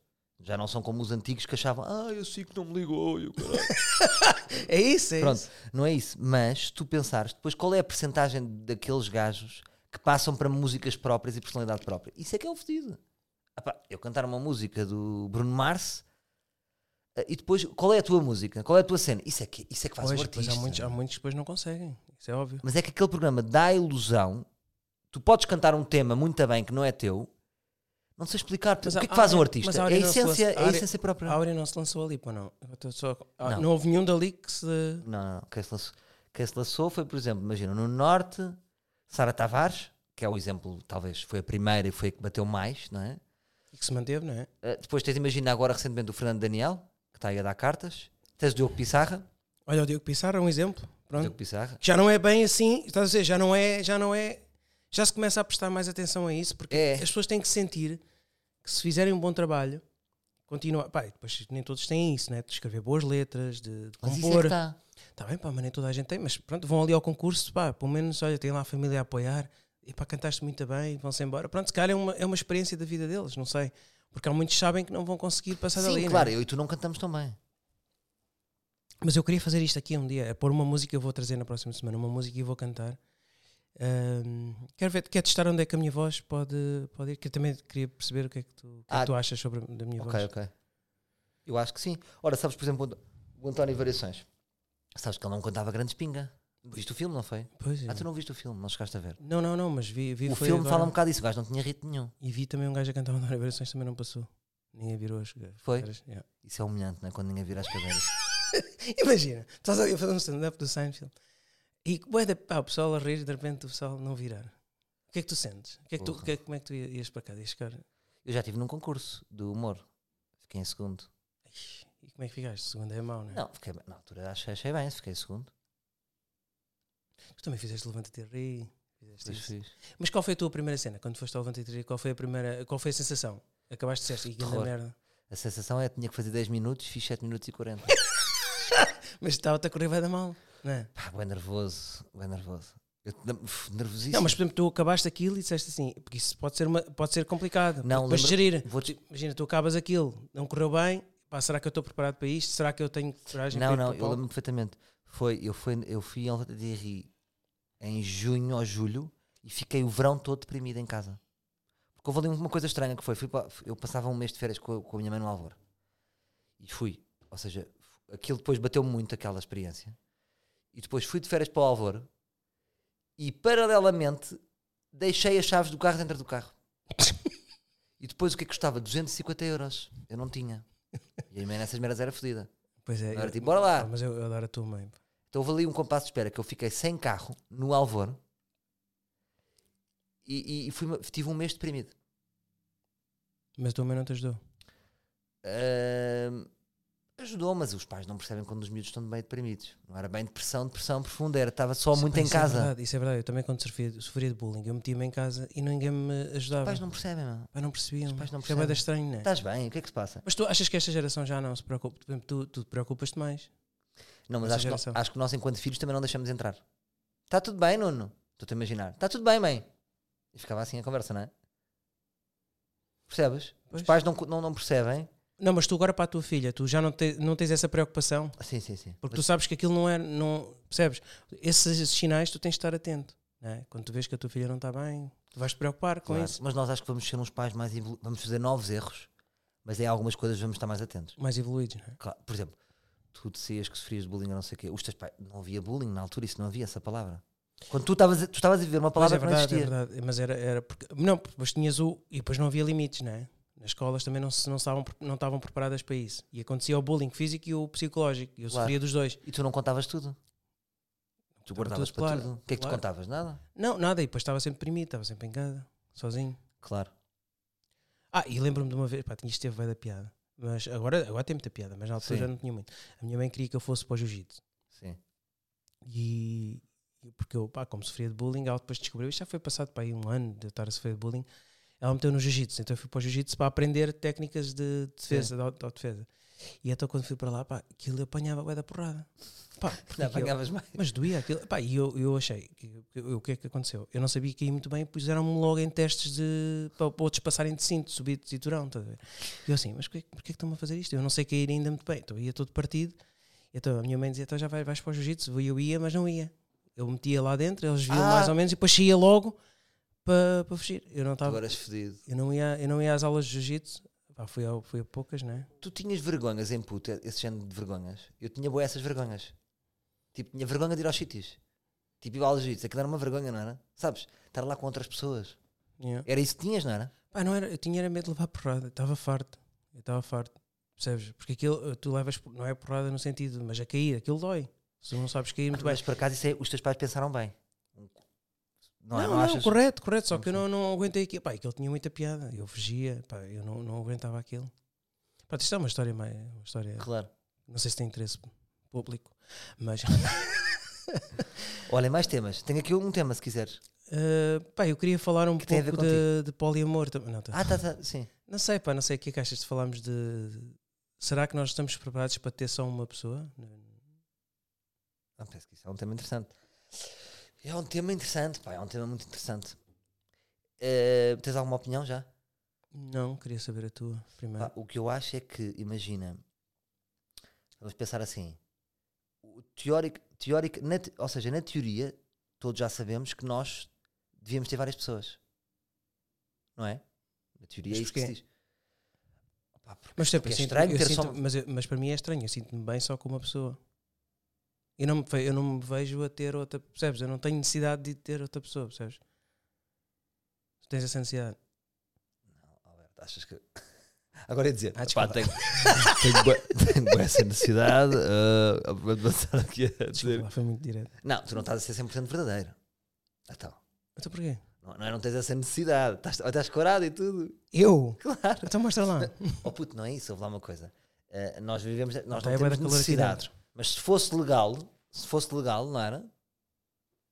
Speaker 1: Já não são como os antigos que achavam, ah, eu sei que não me ligou. Eu, caralho."
Speaker 2: (laughs) É isso, é
Speaker 1: Pronto,
Speaker 2: isso.
Speaker 1: não é isso. Mas se tu pensares, depois qual é a percentagem daqueles gajos que passam para músicas próprias e personalidade própria? Isso é que é um fedido. Ah pá, eu cantar uma música do Bruno Mars ah, e depois, qual é a tua música? Qual é a tua cena? Isso é que, isso é que faz
Speaker 2: Pois,
Speaker 1: um
Speaker 2: depois
Speaker 1: artista.
Speaker 2: há, muitos, há muitos que depois não conseguem, isso é óbvio.
Speaker 1: Mas é que aquele programa dá a ilusão. Tu podes cantar um tema muito bem que não é teu. Não sei explicar.
Speaker 2: Mas
Speaker 1: o que é
Speaker 2: a-
Speaker 1: que faz
Speaker 2: a-
Speaker 1: um artista?
Speaker 2: mas
Speaker 1: É
Speaker 2: a
Speaker 1: a
Speaker 2: Áurea não se
Speaker 1: essência,
Speaker 2: lança- a
Speaker 1: é a
Speaker 2: Áurea-
Speaker 1: essência
Speaker 2: A
Speaker 1: própria.
Speaker 2: Áurea não se lançou ali, pô, não. Eu estou só- ah,
Speaker 1: Não.
Speaker 2: não houve nenhum dali que se.
Speaker 1: Não, não, não. Quem se, lançou, quem se lançou foi, por exemplo, imagina, no Norte, Sara Tavares, que é o exemplo, talvez foi a primeira e foi a que bateu mais, não é?
Speaker 2: que se manteve, não é?
Speaker 1: Ah, depois tens, imagina, agora recentemente o Fernando Daniel, que está aí a dar cartas. Tens o Diogo Pissarra.
Speaker 2: Olha, o Diogo Pissarro é um exemplo. Pronto.
Speaker 1: Diogo Pissarra.
Speaker 2: Já não é bem assim, estás a dizer, já não é, já não é, já se começa a prestar mais atenção a isso, porque
Speaker 1: É.
Speaker 2: as pessoas têm que sentir que se fizerem um bom trabalho, continua, pá, e depois nem todos têm isso, né? De escrever boas letras, de, de
Speaker 1: Mas isso é que
Speaker 2: compor. Está
Speaker 1: está.
Speaker 2: Tá bem, pá, mas nem toda a gente tem, mas pronto, vão ali ao concurso, pá, pelo menos, olha, tem lá a família a apoiar, e pá, cantaste muito bem, vão-se embora. Pronto, se calhar é uma, é uma experiência da vida deles, não sei. Porque há muitos que sabem que não vão conseguir passar dali.
Speaker 1: Sim,
Speaker 2: né?
Speaker 1: claro, eu e tu não cantamos tão bem.
Speaker 2: Mas eu queria fazer isto aqui um dia, é pôr uma música, eu vou trazer na próxima semana uma música e vou cantar. Ahm, quero ver, quero testar onde é que a minha voz pode, pode ir, que eu também queria perceber o que é que tu, o que é que
Speaker 1: Ah.
Speaker 2: tu achas sobre a da minha
Speaker 1: Ok,
Speaker 2: voz.
Speaker 1: ok. Eu acho que sim. Ora, sabes, por exemplo, o António Variações. Sabes que ele não cantava grande espinga. Viste o filme, não foi?
Speaker 2: Pois,
Speaker 1: Ah, tu
Speaker 2: não...
Speaker 1: não viste o filme, não chegaste a ver.
Speaker 2: não, não, mas vi, vi
Speaker 1: O
Speaker 2: foi
Speaker 1: filme
Speaker 2: agora.
Speaker 1: fala um bocado disso, o gajo não tinha ritmo nenhum.
Speaker 2: E vi também um gajo a cantar António Variações, também não passou. Ninguém virou as as
Speaker 1: Foi?
Speaker 2: caras, yeah.
Speaker 1: Isso é humilhante, não é? Quando ninguém vira as cadeiras.
Speaker 2: Imagina, estás ali a fazer um stand-up do Seinfeld e bué da- pá, o pessoal a rir e de repente o pessoal não virar. O que é que tu sentes? O que é que tu,
Speaker 1: Porra.
Speaker 2: o que é- como é que tu ia- ias para cá? Ias ficar...
Speaker 1: Eu já estive num concurso do humor. Fiquei em segundo.
Speaker 2: Ixi, E como é que ficaste? Segunda é mau, não é?
Speaker 1: Não, fiquei bem. Na altura achei, achei bem, fiquei em segundo.
Speaker 2: Tu também fizeste Levanta-te e ri. Fizeste
Speaker 1: Depois
Speaker 2: isso.
Speaker 1: fiz.
Speaker 2: Mas qual foi a tua primeira cena? Quando foste ao Levanta-te e ri, qual foi a primeira, qual foi a sensação? Acabaste de ser assim,
Speaker 1: Terror.
Speaker 2: merda.
Speaker 1: A sensação é que tinha que fazer 10 minutos, fiz 7 minutos e
Speaker 2: (laughs)
Speaker 1: 40.
Speaker 2: Mas estava-te a correr vai dar mal, não é?
Speaker 1: Pá, bem nervoso, bem nervoso. Eu, uf, nervosíssimo.
Speaker 2: Não, mas por exemplo, tu acabaste aquilo e disseste assim, porque isso pode ser, uma, pode ser complicado.
Speaker 1: Não,
Speaker 2: depois de
Speaker 1: lembra-
Speaker 2: gerir.
Speaker 1: vou te-
Speaker 2: Imagina, tu acabas aquilo, não correu bem, pá, será que eu estou preparado para isto? Será que eu tenho coragem
Speaker 1: Não,
Speaker 2: para ir para
Speaker 1: não,
Speaker 2: o
Speaker 1: eu
Speaker 2: palco?
Speaker 1: lembro-me perfeitamente. Foi, eu, fui, eu fui em Levanta de Ri em junho ou julho e fiquei o verão todo deprimido em casa. Porque houve ali uma coisa estranha que foi: fui pa- eu passava um mês de férias com, a- com a minha mãe no Alvor e fui. Ou seja, f- aquilo depois bateu muito aquela experiência. E depois fui de férias para o Alvor e paralelamente deixei as chaves do carro dentro do
Speaker 2: (laughs)
Speaker 1: carro. e depois o que é que custava? 250 euros. Eu não tinha. E a minha mãe nessas merdas era fodida.
Speaker 2: Pois é.
Speaker 1: Agora,
Speaker 2: eu-
Speaker 1: tipo, bora lá.
Speaker 2: Ah, Mas eu, eu adoro a tua mãe. pá.
Speaker 1: Então houve ali um compasso de espera que eu fiquei sem carro no Alvor e, e- e fui- tive um mês deprimido.
Speaker 2: Mas a tua mãe não te ajudou.
Speaker 1: Ahm, ajudou, mas os pais não percebem quando os miúdos estão bem deprimidos. Não era bem depressão, depressão profunda, era estava só
Speaker 2: Isso-
Speaker 1: muito
Speaker 2: pá,
Speaker 1: em
Speaker 2: isso é
Speaker 1: casa.
Speaker 2: verdade, isso é verdade. Eu também quando sofria, sofria de bullying, eu metia-me em casa e ninguém me
Speaker 1: os
Speaker 2: ajudava.
Speaker 1: pais não percebem, não.
Speaker 2: Pá, não percebiam.
Speaker 1: Os pais não
Speaker 2: Isso é bué da
Speaker 1: percebem.
Speaker 2: estranho, né?
Speaker 1: Estás bem, o que é que se passa?
Speaker 2: Mas tu achas que esta geração já não se preocupa? Por exemplo, Tu, tu te preocupas-te mais?
Speaker 1: Não, mas
Speaker 2: Essa
Speaker 1: acho que,
Speaker 2: geração.
Speaker 1: no- acho que nós, enquanto filhos, também não deixamos entrar. Está tudo bem, Nuno? Estou-te a imaginar. Está tudo bem, mãe? E ficava assim a conversa, não é? Percebes?
Speaker 2: Pois.
Speaker 1: Os pais não, co- não, não percebem.
Speaker 2: Não, mas tu agora para a tua filha, tu já não, te- não tens essa preocupação?
Speaker 1: Ah, Sim, sim, sim.
Speaker 2: Porque tu sabes que aquilo não é. Não, percebes? Esses, esses sinais tu tens de estar atento. né? Quando tu vês que a tua filha não está bem, tu vais te preocupar com
Speaker 1: Claro,
Speaker 2: isso.
Speaker 1: Mas nós acho que vamos ser uns pais mais evolu- vamos fazer novos erros, mas em algumas coisas vamos estar mais atentos.
Speaker 2: Mais evoluídos, não é?
Speaker 1: Claro, por exemplo, tu dizias que sofrias de bullying ou não sei o quê. Os teus pais não havia bullying na altura, isso não havia essa palavra. Quando tu estavas a- tu estavas a viver uma
Speaker 2: Mas
Speaker 1: palavra
Speaker 2: é verdade, é
Speaker 1: que não existia.
Speaker 2: verdade. Mas era, era porque. Não, porque depois tinhas o. E depois não havia limites, não é? Nas escolas também não, se, não, estavam, pre- não estavam preparadas para isso. E acontecia o bullying físico e o psicológico. E eu
Speaker 1: Claro.
Speaker 2: sofria dos dois.
Speaker 1: e tu não contavas tudo. Tu guardavas
Speaker 2: tudo,
Speaker 1: para
Speaker 2: claro,
Speaker 1: tudo. O que é que
Speaker 2: claro.
Speaker 1: tu contavas? Nada?
Speaker 2: Não, nada, e depois estava sempre deprimido, estava sempre em casa, sozinho.
Speaker 1: Claro.
Speaker 2: Ah, e lembro-me de uma vez, pá, tinha isto teve bué da piada. Mas agora, agora tem muita piada, mas na altura
Speaker 1: Sim.
Speaker 2: não tinha muito. A minha mãe queria que eu fosse para o jiu-jitsu.
Speaker 1: Sim.
Speaker 2: E e porque eu, pá, como sofria de bullying, ela depois descobriu, isto já foi passado para aí um ano de eu estar a sofrer de bullying, ela meteu no jiu-jitsu. Então eu fui para o jiu-jitsu para aprender técnicas de defesa, de auto- autodefesa. E então quando fui para lá, pá, aquilo eu apanhava bué da porrada. Pá, porque
Speaker 1: Não
Speaker 2: aquilo-
Speaker 1: apanhavas mais.
Speaker 2: mas doía aquilo. Pá, e eu, eu achei, que- que- o que é que aconteceu? Eu não sabia que ia muito bem, puseram-me logo em testes de, para, para outros passarem de cinto, subir de cinturão. Tá a ver? E eu assim, mas porquê, porquê que estão-me a fazer isto? Eu não sei cair ainda muito bem. Então eu ia todo partido. Então a minha mãe dizia, então já vai- vais, para o jiu-jitsu. Eu ia, mas não ia. Eu metia lá dentro, eles viam
Speaker 1: Ah.
Speaker 2: mais ou menos e depois saía logo para, para fugir. Eu não estava...
Speaker 1: Agora és fedido.
Speaker 2: Eu não, ia, eu não ia às aulas de jiu-jitsu. Pá, fui, a, fui a poucas, né?
Speaker 1: Tu tinhas vergonhas em puta, esse género de vergonhas? Eu tinha boas essas vergonhas. Tipo, tinha vergonha de ir aos sítios. Tipo, ir ao jiu-jitsu. Aquilo era uma vergonha, não era? Sabes? Estar lá com outras pessoas.
Speaker 2: Yeah.
Speaker 1: Era isso que tinhas, não era?
Speaker 2: Pá, não era, eu tinha era medo de levar porrada, estava farto, eu estava farto, percebes? Porque aquilo, eh, tu levas, por- não é porrada no sentido, mas a cair, aquilo dói, se não sabes cair muito bem.
Speaker 1: Mas por acaso isso é, os teus pais pensaram bem. é? Não,
Speaker 2: Não,
Speaker 1: é?
Speaker 2: não,
Speaker 1: Não achas?
Speaker 2: correto, correto, só
Speaker 1: Sim,
Speaker 2: que eu não, não aguentei aquilo, pá, aquilo tinha muita piada, eu fugia, pá, eu não, não aguentava aquilo. Pá, isto é uma história, mais- uma história,
Speaker 1: Claro.
Speaker 2: não sei se tem interesse público, mas... (laughs)
Speaker 1: Olha, mais temas. Tenho aqui um tema, se quiseres.
Speaker 2: eh, pá, eu queria falar um
Speaker 1: Que tem a ver
Speaker 2: pouco de, de poliamor também. Não, tá.
Speaker 1: Ah, tá, tá. Sim.
Speaker 2: Não sei, pá, não sei o que é que achas de falarmos de. Será que nós estamos preparados para ter só uma pessoa?
Speaker 1: Não, parece que isso é um tema interessante. É um tema interessante, pá. É um tema muito interessante. Eh, tens alguma opinião já?
Speaker 2: Não, queria saber a tua primeiro.
Speaker 1: Pá, o que eu acho é que, imagina, vamos pensar assim, o teórico, teórico na te- ou seja, na teoria, todos já sabemos que nós devíamos ter várias pessoas, não é? Na teoria
Speaker 2: Mas
Speaker 1: é isso que se
Speaker 2: porquê?
Speaker 1: diz. Pá, porque-
Speaker 2: mas sempre
Speaker 1: porque é
Speaker 2: sinto-
Speaker 1: estranho
Speaker 2: eu
Speaker 1: ter
Speaker 2: sinto-
Speaker 1: só-
Speaker 2: mas, eu- mas para mim é estranho, eu sinto-me bem só com uma pessoa. Eu não, me, ve- eu não me vejo a ter outra, percebes? Eu não tenho necessidade de ter outra pessoa, percebes? Tu tens essa necessidade.
Speaker 1: Alberto, achas que. (laughs) Agora é dizer,
Speaker 2: Ah,
Speaker 1: pá,
Speaker 2: desculpa. (laughs)
Speaker 1: tenho, tenho, (laughs) bué- tenho bué essa necessidade, ah, vou passar aqui a
Speaker 2: Desculpa,
Speaker 1: dizer.
Speaker 2: lá, foi muito direto.
Speaker 1: Não, tu não estás a ser 100% verdadeiro. Então,
Speaker 2: Então porquê?
Speaker 1: não, não, é? não tens essa necessidade, estás, estás corado e tudo. (laughs)
Speaker 2: Eu?
Speaker 1: Claro.
Speaker 2: Então mostra lá.
Speaker 1: Oh puto, não é isso, houve lá uma coisa. Eh, nós vivemos, nós
Speaker 2: Tá,
Speaker 1: não
Speaker 2: é
Speaker 1: temos
Speaker 2: bué de calor aqui
Speaker 1: necessidade.
Speaker 2: dentro.
Speaker 1: Mas se fosse legal, se fosse legal, não era?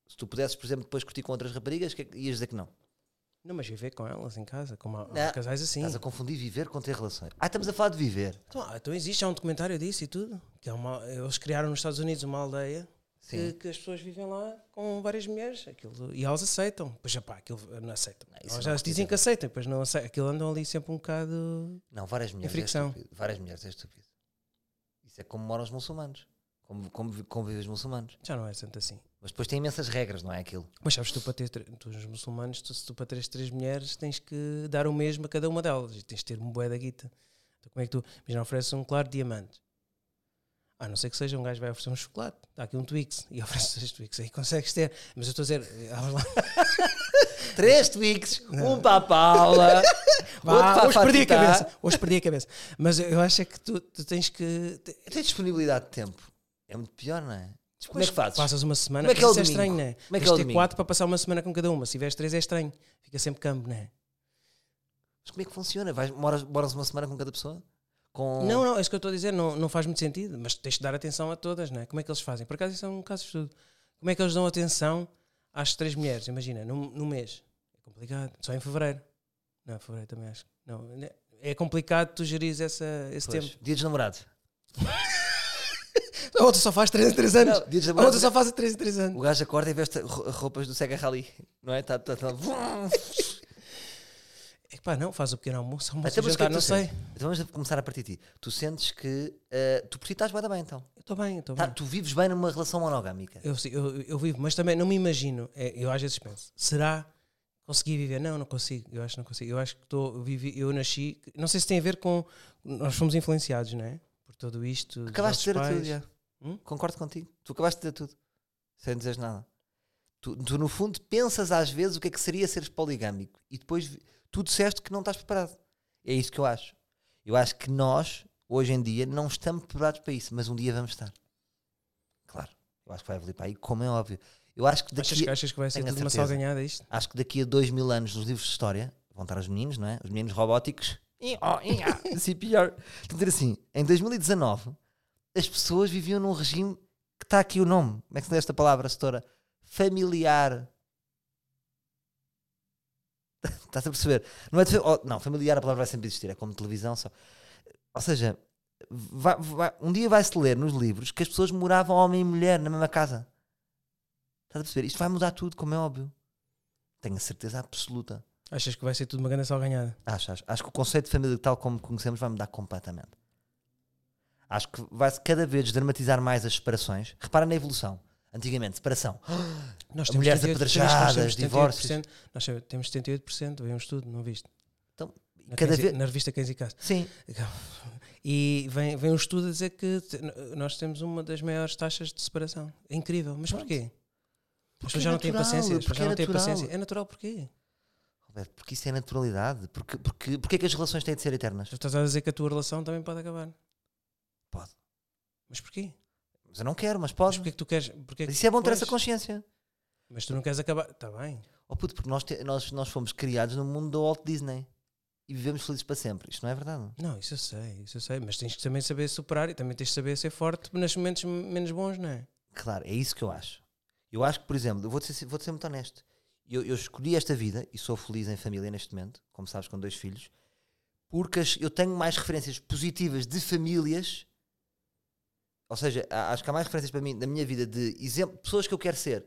Speaker 1: Se tu pudesses, por exemplo, depois curtir com outras raparigas, que é que- ias dizer que não.
Speaker 2: Não, mas viver com elas em casa, como há, há
Speaker 1: Não,
Speaker 2: casais assim.
Speaker 1: Estás a confundir viver com ter relações. Ah, estamos a falar de viver.
Speaker 2: Então, ah, então existe, há um documentário disso e tudo. Que é uma, eles criaram nos Estados Unidos uma aldeia que,
Speaker 1: Sim.
Speaker 2: que as pessoas vivem lá com várias mulheres aquilo, e elas aceitam. Pois já pá, aquilo eh, não aceitam.
Speaker 1: isso é
Speaker 2: Elas
Speaker 1: não
Speaker 2: já dizem que aceitam, depois não aceitam. Aquilo andam ali sempre um bocado.
Speaker 1: Não, várias mulheres. É
Speaker 2: fricção.
Speaker 1: estúpido. Várias mulheres é estúpido. Isso é como moram os muçulmanos. Como, como, vi- como vivem os muçulmanos.
Speaker 2: Já não é tanto assim.
Speaker 1: Mas depois tem imensas regras, não é aquilo?
Speaker 2: Mas sabes, tu para ter. tre- Tu, os muçulmanos, tu, se tu para teres três mulheres, tens que dar o mesmo a cada uma delas. E tens de ter um bué da guita. Então, como é que tu. Mas não ofereces um claro de diamante. A não ser que seja um gajo que vai oferecer um chocolate. Está aqui um Twix. E (laughs) ofereces dois Twix. Aí consegues ter. Mas eu estou a dizer. eh, há lá-
Speaker 1: Três tweaks, um para a Paula, outro
Speaker 2: Vá,
Speaker 1: para
Speaker 2: hoje perdi a
Speaker 1: Fatita.
Speaker 2: cabeça. Hoje perdi a cabeça. Mas eu acho é que tu, tu tens que. te-
Speaker 1: Até disponibilidade de tempo. É muito pior, não é? Como é que
Speaker 2: Pois,
Speaker 1: fazes?
Speaker 2: Passas uma semana.
Speaker 1: Como é que é o
Speaker 2: isso é
Speaker 1: domingo?
Speaker 2: estranho, não é?
Speaker 1: Como é que é o
Speaker 2: Tens de ter
Speaker 1: domingo?
Speaker 2: quatro para passar uma semana com cada uma. Se tiveres três é estranho. Fica sempre campo, não é?
Speaker 1: Mas como é que funciona? Vais, moras, moras uma semana com cada pessoa? Com...
Speaker 2: Não, não, é isso que eu estou a dizer. Não, não faz muito sentido. Mas tens de dar atenção a todas, não é? Como é que eles fazem? Por acaso isso é um caso de estudo. Como é que eles dão atenção às três mulheres? Imagina, num, num mês. É complicado. Só em fevereiro. Não, em fevereiro também acho. que Não, né? é complicado tu gerires essa, esse
Speaker 1: Pois,
Speaker 2: tempo.
Speaker 1: Dia dos namorados.
Speaker 2: A outra só faz 3 em 3 anos.
Speaker 1: Não, dia dos
Speaker 2: a outra
Speaker 1: namorados.
Speaker 2: só faz 3 em 3 anos.
Speaker 1: O gajo acorda e veste ro- roupas do Sega Rally. Não é? Tá, tá, tá.
Speaker 2: É que pá, não, faz o pequeno almoço, almoço
Speaker 1: Até
Speaker 2: e
Speaker 1: mas o que é
Speaker 2: jantar,
Speaker 1: que
Speaker 2: tá, não
Speaker 1: tu
Speaker 2: sei.
Speaker 1: sentes? Então vamos começar a partir de ti. Tu sentes que. eh, tu por ti estás bué da bem, então.
Speaker 2: Eu estou bem, eu estou
Speaker 1: Tá,
Speaker 2: bem.
Speaker 1: tu vives bem numa relação monogâmica.
Speaker 2: Eu, sei- eu, eu vivo, mas também não me imagino. É, eu às vezes penso, será que consegui viver? Não, não consigo. Eu acho que não consigo. Eu acho que estou, eu vivi, eu nasci. Não sei se tem a ver com. Nós fomos influenciados, não é? Por tudo isto. dos
Speaker 1: Acabaste de dizer
Speaker 2: nossos
Speaker 1: tudo,
Speaker 2: pais.
Speaker 1: já.
Speaker 2: Hum?
Speaker 1: Concordo contigo. Tu acabaste de dizer tudo. Sem dizeres nada. Tu, tu, no fundo, pensas às vezes o que é que seria seres poligâmico. E depois vi- tu disseste que não estás preparado. É isso que eu acho. Eu acho que nós, hoje em dia, não estamos preparados para isso. Mas um dia vamos estar. Claro. Eu acho que vai evoluir para aí, como é óbvio. Eu acho que
Speaker 2: Achas,
Speaker 1: daqui,
Speaker 2: que, achas que vai ser
Speaker 1: Tenho a
Speaker 2: tudo uma
Speaker 1: certeza.
Speaker 2: salganhada isto?
Speaker 1: acho que daqui a dois mil anos nos livros de história vão estar os meninos, não é? Os meninos robóticos. Ih, ó, ih, ah, assim, pior. Quer dizer assim, em 2019 as pessoas viviam num regime que está aqui o nome. Como é que se lê esta palavra, setora? Familiar. (laughs) Estás a perceber? Não, é de fa- oh, não, familiar a palavra vai sempre existir, é como televisão só. Ou seja, vai- vai- um dia vai-se ler nos livros que as pessoas moravam homem e mulher na mesma casa. Estás a perceber? Isto vai mudar tudo, como é óbvio. Tenho a certeza absoluta.
Speaker 2: Achas que vai ser tudo uma grande salganhada?
Speaker 1: Acho, acho, acho que o conceito de família tal como conhecemos vai mudar completamente. Acho que vai-se cada vez dramatizar mais as separações. Repara na evolução. Antigamente, separação.
Speaker 2: Nós
Speaker 1: Mulheres
Speaker 2: 78%,
Speaker 1: apedrejadas,
Speaker 2: nós temos 78%,
Speaker 1: divórcios.
Speaker 2: Nós temos 78%, vemos tudo, não viste?
Speaker 1: Então,
Speaker 2: Na,
Speaker 1: cada
Speaker 2: Kenzie-
Speaker 1: vez.
Speaker 2: na revista Cães e Caça.
Speaker 1: Sim,
Speaker 2: (laughs) E vem, vem um estudo a dizer que te- nós temos uma das maiores taxas de separação. É incrível. Mas
Speaker 1: Pronto.
Speaker 2: porquê? As
Speaker 1: Porque
Speaker 2: pessoas
Speaker 1: é
Speaker 2: já não têm
Speaker 1: natural,
Speaker 2: paciência. As pessoas
Speaker 1: porque
Speaker 2: já
Speaker 1: é
Speaker 2: não têm
Speaker 1: natural.
Speaker 2: paciência. É natural porquê?
Speaker 1: Roberto, porque isso é naturalidade. Porque, porque, porque é que as relações têm de ser eternas?
Speaker 2: Tu estás a dizer que a tua relação também pode acabar.
Speaker 1: Pode.
Speaker 2: Mas porquê?
Speaker 1: Mas eu não quero, mas
Speaker 2: Mas
Speaker 1: posso.
Speaker 2: porquê que tu queres? Porquê
Speaker 1: Mas
Speaker 2: que-
Speaker 1: isso é bom ter
Speaker 2: Pois.
Speaker 1: essa consciência.
Speaker 2: Mas tu não queres acabar. Está bem.
Speaker 1: Oh puto, porque nós, te- nós, nós fomos criados no mundo do Walt Disney e vivemos felizes para sempre. Isto não é verdade.
Speaker 2: Não, isso eu sei, isso eu sei. Mas tens que também saber superar e também tens de saber ser forte nos momentos menos bons, não é?
Speaker 1: Claro, é isso que eu acho. Eu acho que, por exemplo, eu vou ser, vou ser muito honesto. Eu, eu escolhi esta vida e sou feliz em família neste momento, como sabes, com dois filhos, porque as- eu tenho mais referências positivas de famílias. Ou seja, há- acho que há mais referências para mim na minha vida de exemplo, pessoas que eu quero ser,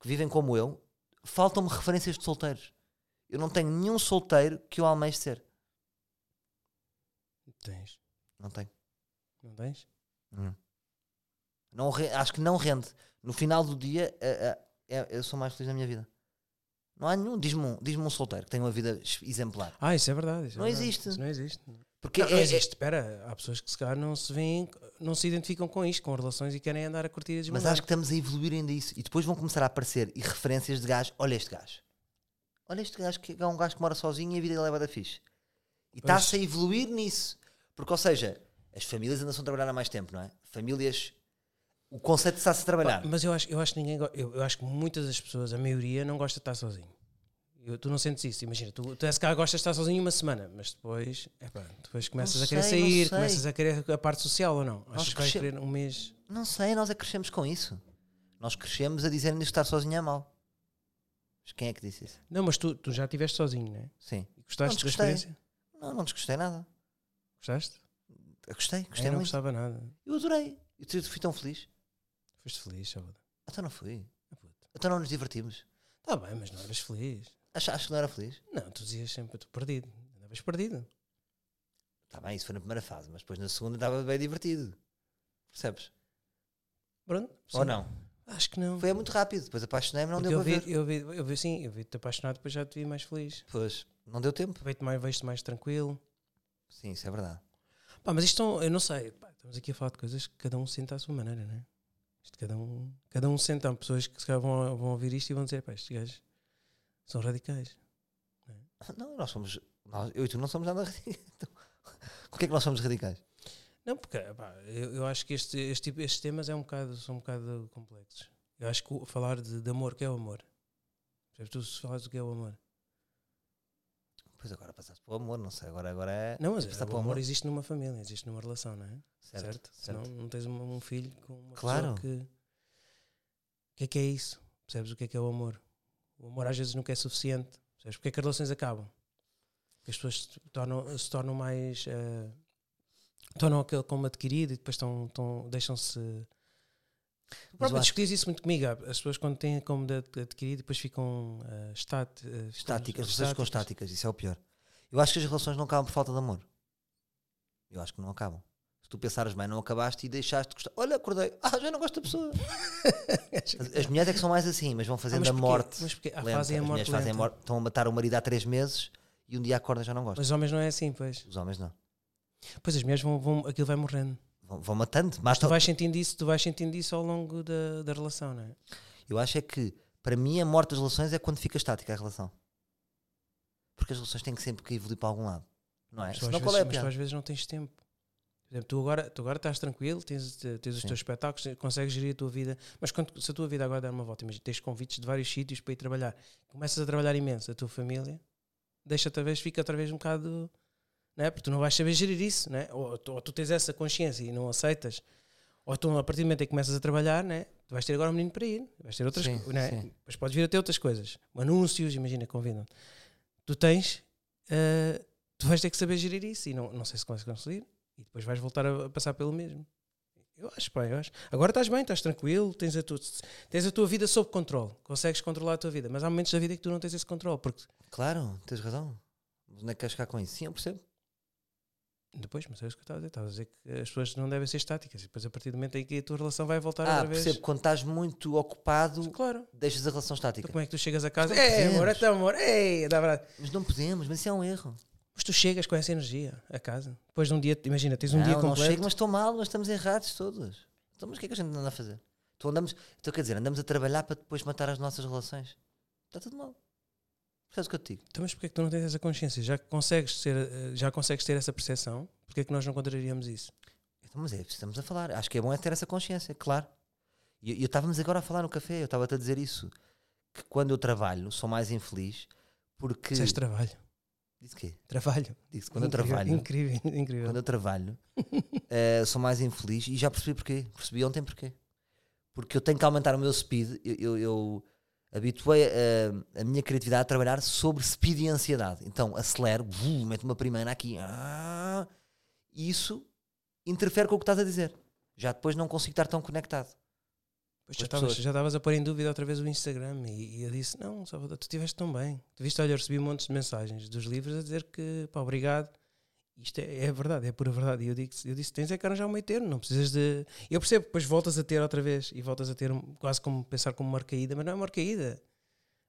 Speaker 1: que vivem como eu. Faltam-me referências de solteiros. Eu não tenho nenhum solteiro que eu almeje ser.
Speaker 2: Tens.
Speaker 1: Não tenho.
Speaker 2: Não tens?
Speaker 1: Não re- acho que não rende. No final do dia, eh, eh, eh, eu sou mais feliz na minha vida. Não há nenhum. Diz-me um, diz um solteiro que tem uma vida ex- exemplar.
Speaker 2: Ah, isso é verdade. isso é
Speaker 1: Não
Speaker 2: verdade.
Speaker 1: existe.
Speaker 2: Isso não existe.
Speaker 1: Porque
Speaker 2: não,
Speaker 1: é-
Speaker 2: não
Speaker 1: é-
Speaker 2: existe. Espera, há pessoas que se calhar não se veem, não se identificam com isto, com relações e querem andar a curtir as
Speaker 1: mas acho que estamos a evoluir ainda isso. E depois vão começar a aparecer e referências de gajo. Olha este gajo. Olha este gajo que é um gajo que mora sozinho e a vida lhe leva da fixe. E
Speaker 2: Pois.
Speaker 1: está-se a evoluir nisso. Porque, ou seja, as famílias ainda são a trabalhar há mais tempo, não é? Famílias. O conceito está-se a trabalhar.
Speaker 2: Mas eu acho, eu acho que ninguém go- eu, eu acho que muitas das pessoas, a maioria, não gosta de estar sozinho. Eu- tu não sentes isso, imagina, tu, tu se calhar gostas de estar sozinho uma semana, mas depois, epá, depois começas a querer
Speaker 1: sei, não
Speaker 2: sair,
Speaker 1: sei.
Speaker 2: começas a querer a parte social ou não?
Speaker 1: Nós
Speaker 2: Acho que
Speaker 1: cresce-
Speaker 2: vais querer um mês.
Speaker 1: Não sei, nós é que crescemos com isso. Nós crescemos a dizer-nos que estar sozinho é mau. Mas quem é que disse isso?
Speaker 2: Não, mas tu, tu já estiveste sozinho, não é?
Speaker 1: Sim.
Speaker 2: E gostaste
Speaker 1: Não,
Speaker 2: da
Speaker 1: desgostei.
Speaker 2: experiência?
Speaker 1: Não, não desgostei nada.
Speaker 2: Gostaste?
Speaker 1: Eu gostei,
Speaker 2: Eu
Speaker 1: gostei
Speaker 2: não
Speaker 1: muito.
Speaker 2: gostava nada.
Speaker 1: Eu adorei. Eu te- fui tão feliz.
Speaker 2: Foste feliz, sábado.
Speaker 1: Então não fui.
Speaker 2: Ah, puto.
Speaker 1: Então não nos divertimos.
Speaker 2: Tá bem, mas não eras feliz.
Speaker 1: Acho, acho que não era feliz.
Speaker 2: Não, tu dizias sempre, estou perdido. Andavas perdido.
Speaker 1: Está Tá bem, isso foi na primeira fase, mas depois na segunda estava bem divertido. Percebes?
Speaker 2: Pronto.
Speaker 1: Ou
Speaker 2: sim.
Speaker 1: não?
Speaker 2: Acho que não.
Speaker 1: Foi muito rápido. Depois apaixonei-me, não
Speaker 2: Porque
Speaker 1: deu
Speaker 2: eu,
Speaker 1: para ver.
Speaker 2: vi, eu, vi, eu vi, sim, eu vi-te apaixonado, depois já te vi mais feliz.
Speaker 1: Pois, não deu tempo.
Speaker 2: Vejo-te mais, vejo-te mais tranquilo.
Speaker 1: Sim, isso é verdade. (laughs)
Speaker 2: Pá, mas isto são, eu não sei, pá, estamos aqui a falar de coisas que cada um sente à sua maneira, não é? Isto cada um, cada um sente. Há pessoas que se calhar vão, vão ouvir isto e vão dizer, pá, estes gajos são radicais.
Speaker 1: Não, nós somos. Nós, eu e tu não somos nada (laughs) radicais. Então, Com que é que nós somos radicais?
Speaker 2: Não, porque pá, eu, eu acho que este, este tipo, estes temas é um bocado, são um bocado complexos. Eu acho que o- falar de, de amor, o que é o amor? Percebes? Tu se falas do que é o amor.
Speaker 1: Pois agora passaste para o amor, não sei. Agora, agora é.
Speaker 2: Não, mas
Speaker 1: Passar
Speaker 2: é, o
Speaker 1: para o
Speaker 2: amor,
Speaker 1: amor.
Speaker 2: existe numa família, existe numa relação, não é?
Speaker 1: Certo, certo.
Speaker 2: Senão não tens uma- um filho com uma
Speaker 1: Claro.
Speaker 2: pessoa que. O que é que é isso? Percebes o que é que é o amor? O amor às vezes nunca é suficiente. Percebes? Porque é que as relações acabam? Porque as pessoas se tornam, se tornam mais. eh, tornam aquele como adquirido e depois estão, estão- deixam-se. Tu
Speaker 1: Mas eu
Speaker 2: próprio
Speaker 1: acho
Speaker 2: discutias isso muito comigo. há- As pessoas, quando têm como de adquirido, depois ficam eh, estat, eh, ficam
Speaker 1: Estáticas, relações com estáticas, isso é o pior. Eu acho que as relações não acabam por falta de amor. Eu acho que não acabam. Se tu pensares bem, não acabaste e deixaste de gostar. Olha, acordei, (laughs) ah, já não gosto da
Speaker 2: (laughs)
Speaker 1: pessoa. As, as mulheres é que são mais assim, mas vão fazendo
Speaker 2: mas
Speaker 1: a
Speaker 2: porquê?
Speaker 1: morte.
Speaker 2: Mas porquê? Ah,
Speaker 1: lenta.
Speaker 2: fazem a
Speaker 1: as
Speaker 2: morte
Speaker 1: mulheres fazem a
Speaker 2: lenta.
Speaker 1: morte, estão a matar o marido há três meses e um dia acordam já não gostam.
Speaker 2: Mas os homens não é assim, pois.
Speaker 1: Os homens não.
Speaker 2: Pois as mulheres vão, vão aquilo vai morrendo.
Speaker 1: Vão, vão matando.
Speaker 2: Tu
Speaker 1: Matam.
Speaker 2: vais sentindo isso, tu vais sentindo isso ao longo da, da relação, não é?
Speaker 1: Eu acho é que, para mim, a morte das relações é quando fica estática a relação. Porque as relações têm que sempre que evoluir para algum lado. Não é?
Speaker 2: Mas tu, às
Speaker 1: Senão qual
Speaker 2: vezes,
Speaker 1: é a
Speaker 2: mas tu
Speaker 1: piada?
Speaker 2: às vezes não tens tempo. Por exemplo, tu agora, tu agora estás tranquilo, tens, tens os
Speaker 1: Sim.
Speaker 2: teus espetáculos, consegues gerir a tua vida, mas quando, se a tua vida agora der uma volta, imagina, tens convites de vários sítios para ir trabalhar, começas a trabalhar imenso, a tua família, deixa outra vez, fica outra vez um bocado, não é? Porque tu não vais saber gerir isso, não é? Ou, tu- ou tu tens essa consciência e não aceitas, ou tu, a partir do momento em que começas a trabalhar, não é? Tu vais ter agora um menino para ir, vais ter outras
Speaker 1: Sim,
Speaker 2: coisas, não é?
Speaker 1: sim.
Speaker 2: Mas podes vir a ter outras coisas, anúncios, imagina, convidam -te. eh, Tu tens. ah, tu vais ter que saber gerir isso e não, não sei se consegues conseguir. E depois vais voltar a a passar pelo mesmo. Eu acho, pá, eu acho. Agora estás bem, estás tranquilo, tens a, tua, tens a tua vida sob controle, consegues controlar a tua vida, mas há momentos da vida que tu não tens esse controle, porque
Speaker 1: Claro, tens razão. Mas Onde é que queres ficar com isso? Sim, eu percebo.
Speaker 2: depois, mas é isso que eu estava a dizer, estava a dizer que as pessoas não devem ser estáticas, e depois a partir do momento em que a tua relação vai voltar
Speaker 1: Ah,
Speaker 2: outra vez.
Speaker 1: percebo. Quando estás muito ocupado,
Speaker 2: Claro.
Speaker 1: deixas a relação
Speaker 2: Então,
Speaker 1: estática.
Speaker 2: como é que tu chegas a casa?
Speaker 1: Mas não
Speaker 2: Ei, amor,
Speaker 1: podemos.
Speaker 2: então, amor, ei, dá pra...
Speaker 1: Mas não podemos, mas isso é um erro.
Speaker 2: Mas tu chegas com essa energia a casa. Depois de um dia, imagina, tens um
Speaker 1: não, é?
Speaker 2: dia
Speaker 1: não
Speaker 2: completo.
Speaker 1: chego, mas estou mal, nós estamos errados todos. Então, mas o que é que a gente anda a fazer? Então, andamos, então, quer dizer, andamos a trabalhar para depois matar as nossas relações. Está tudo mal. Percebes o que eu te digo?
Speaker 2: Então, mas porquê é que tu não tens essa consciência? Já que consegues, ser, eh, já consegues ter essa percepção, porquê é que nós não contrariamos isso?
Speaker 1: Então, mas é, estamos a falar. Acho que é bom é ter essa consciência, claro. E eu- eu estávamos agora a falar no café, eu estava-te a dizer isso. Que quando eu trabalho, sou mais infeliz porque.
Speaker 2: Dizes é trabalho.
Speaker 1: Disse quê?
Speaker 2: Trabalho.
Speaker 1: Disse quando eu
Speaker 2: Incrível,
Speaker 1: trabalho.
Speaker 2: Incrível, incrível.
Speaker 1: quando eu trabalho, eh, sou mais infeliz e já percebi porquê. Percebi ontem porquê. Porque eu tenho que aumentar o meu speed. Eu, eu, eu habituei eh, a, a minha criatividade a trabalhar sobre speed e ansiedade. Então acelero, vum, meto uma primeira aqui. ah, e isso interfere com o que estás a dizer. Já depois não consigo estar tão conectado.
Speaker 2: Pois
Speaker 1: com
Speaker 2: já
Speaker 1: as
Speaker 2: estavas
Speaker 1: pessoas.
Speaker 2: já estavas a pôr em dúvida outra vez o Instagram e, e eu disse, não, Salvador, tu estiveste tão bem. Tu viste, olha, eu recebi montes de mensagens dos livros a dizer que, pá, obrigado. Isto é, é verdade, é pura verdade. E eu, digo, eu disse, tens é que arranjar um meio termo, não precisas de... Eu percebo, depois voltas a ter outra vez e voltas a ter um- quase como pensar como uma arcaída, mas não é uma arcaída.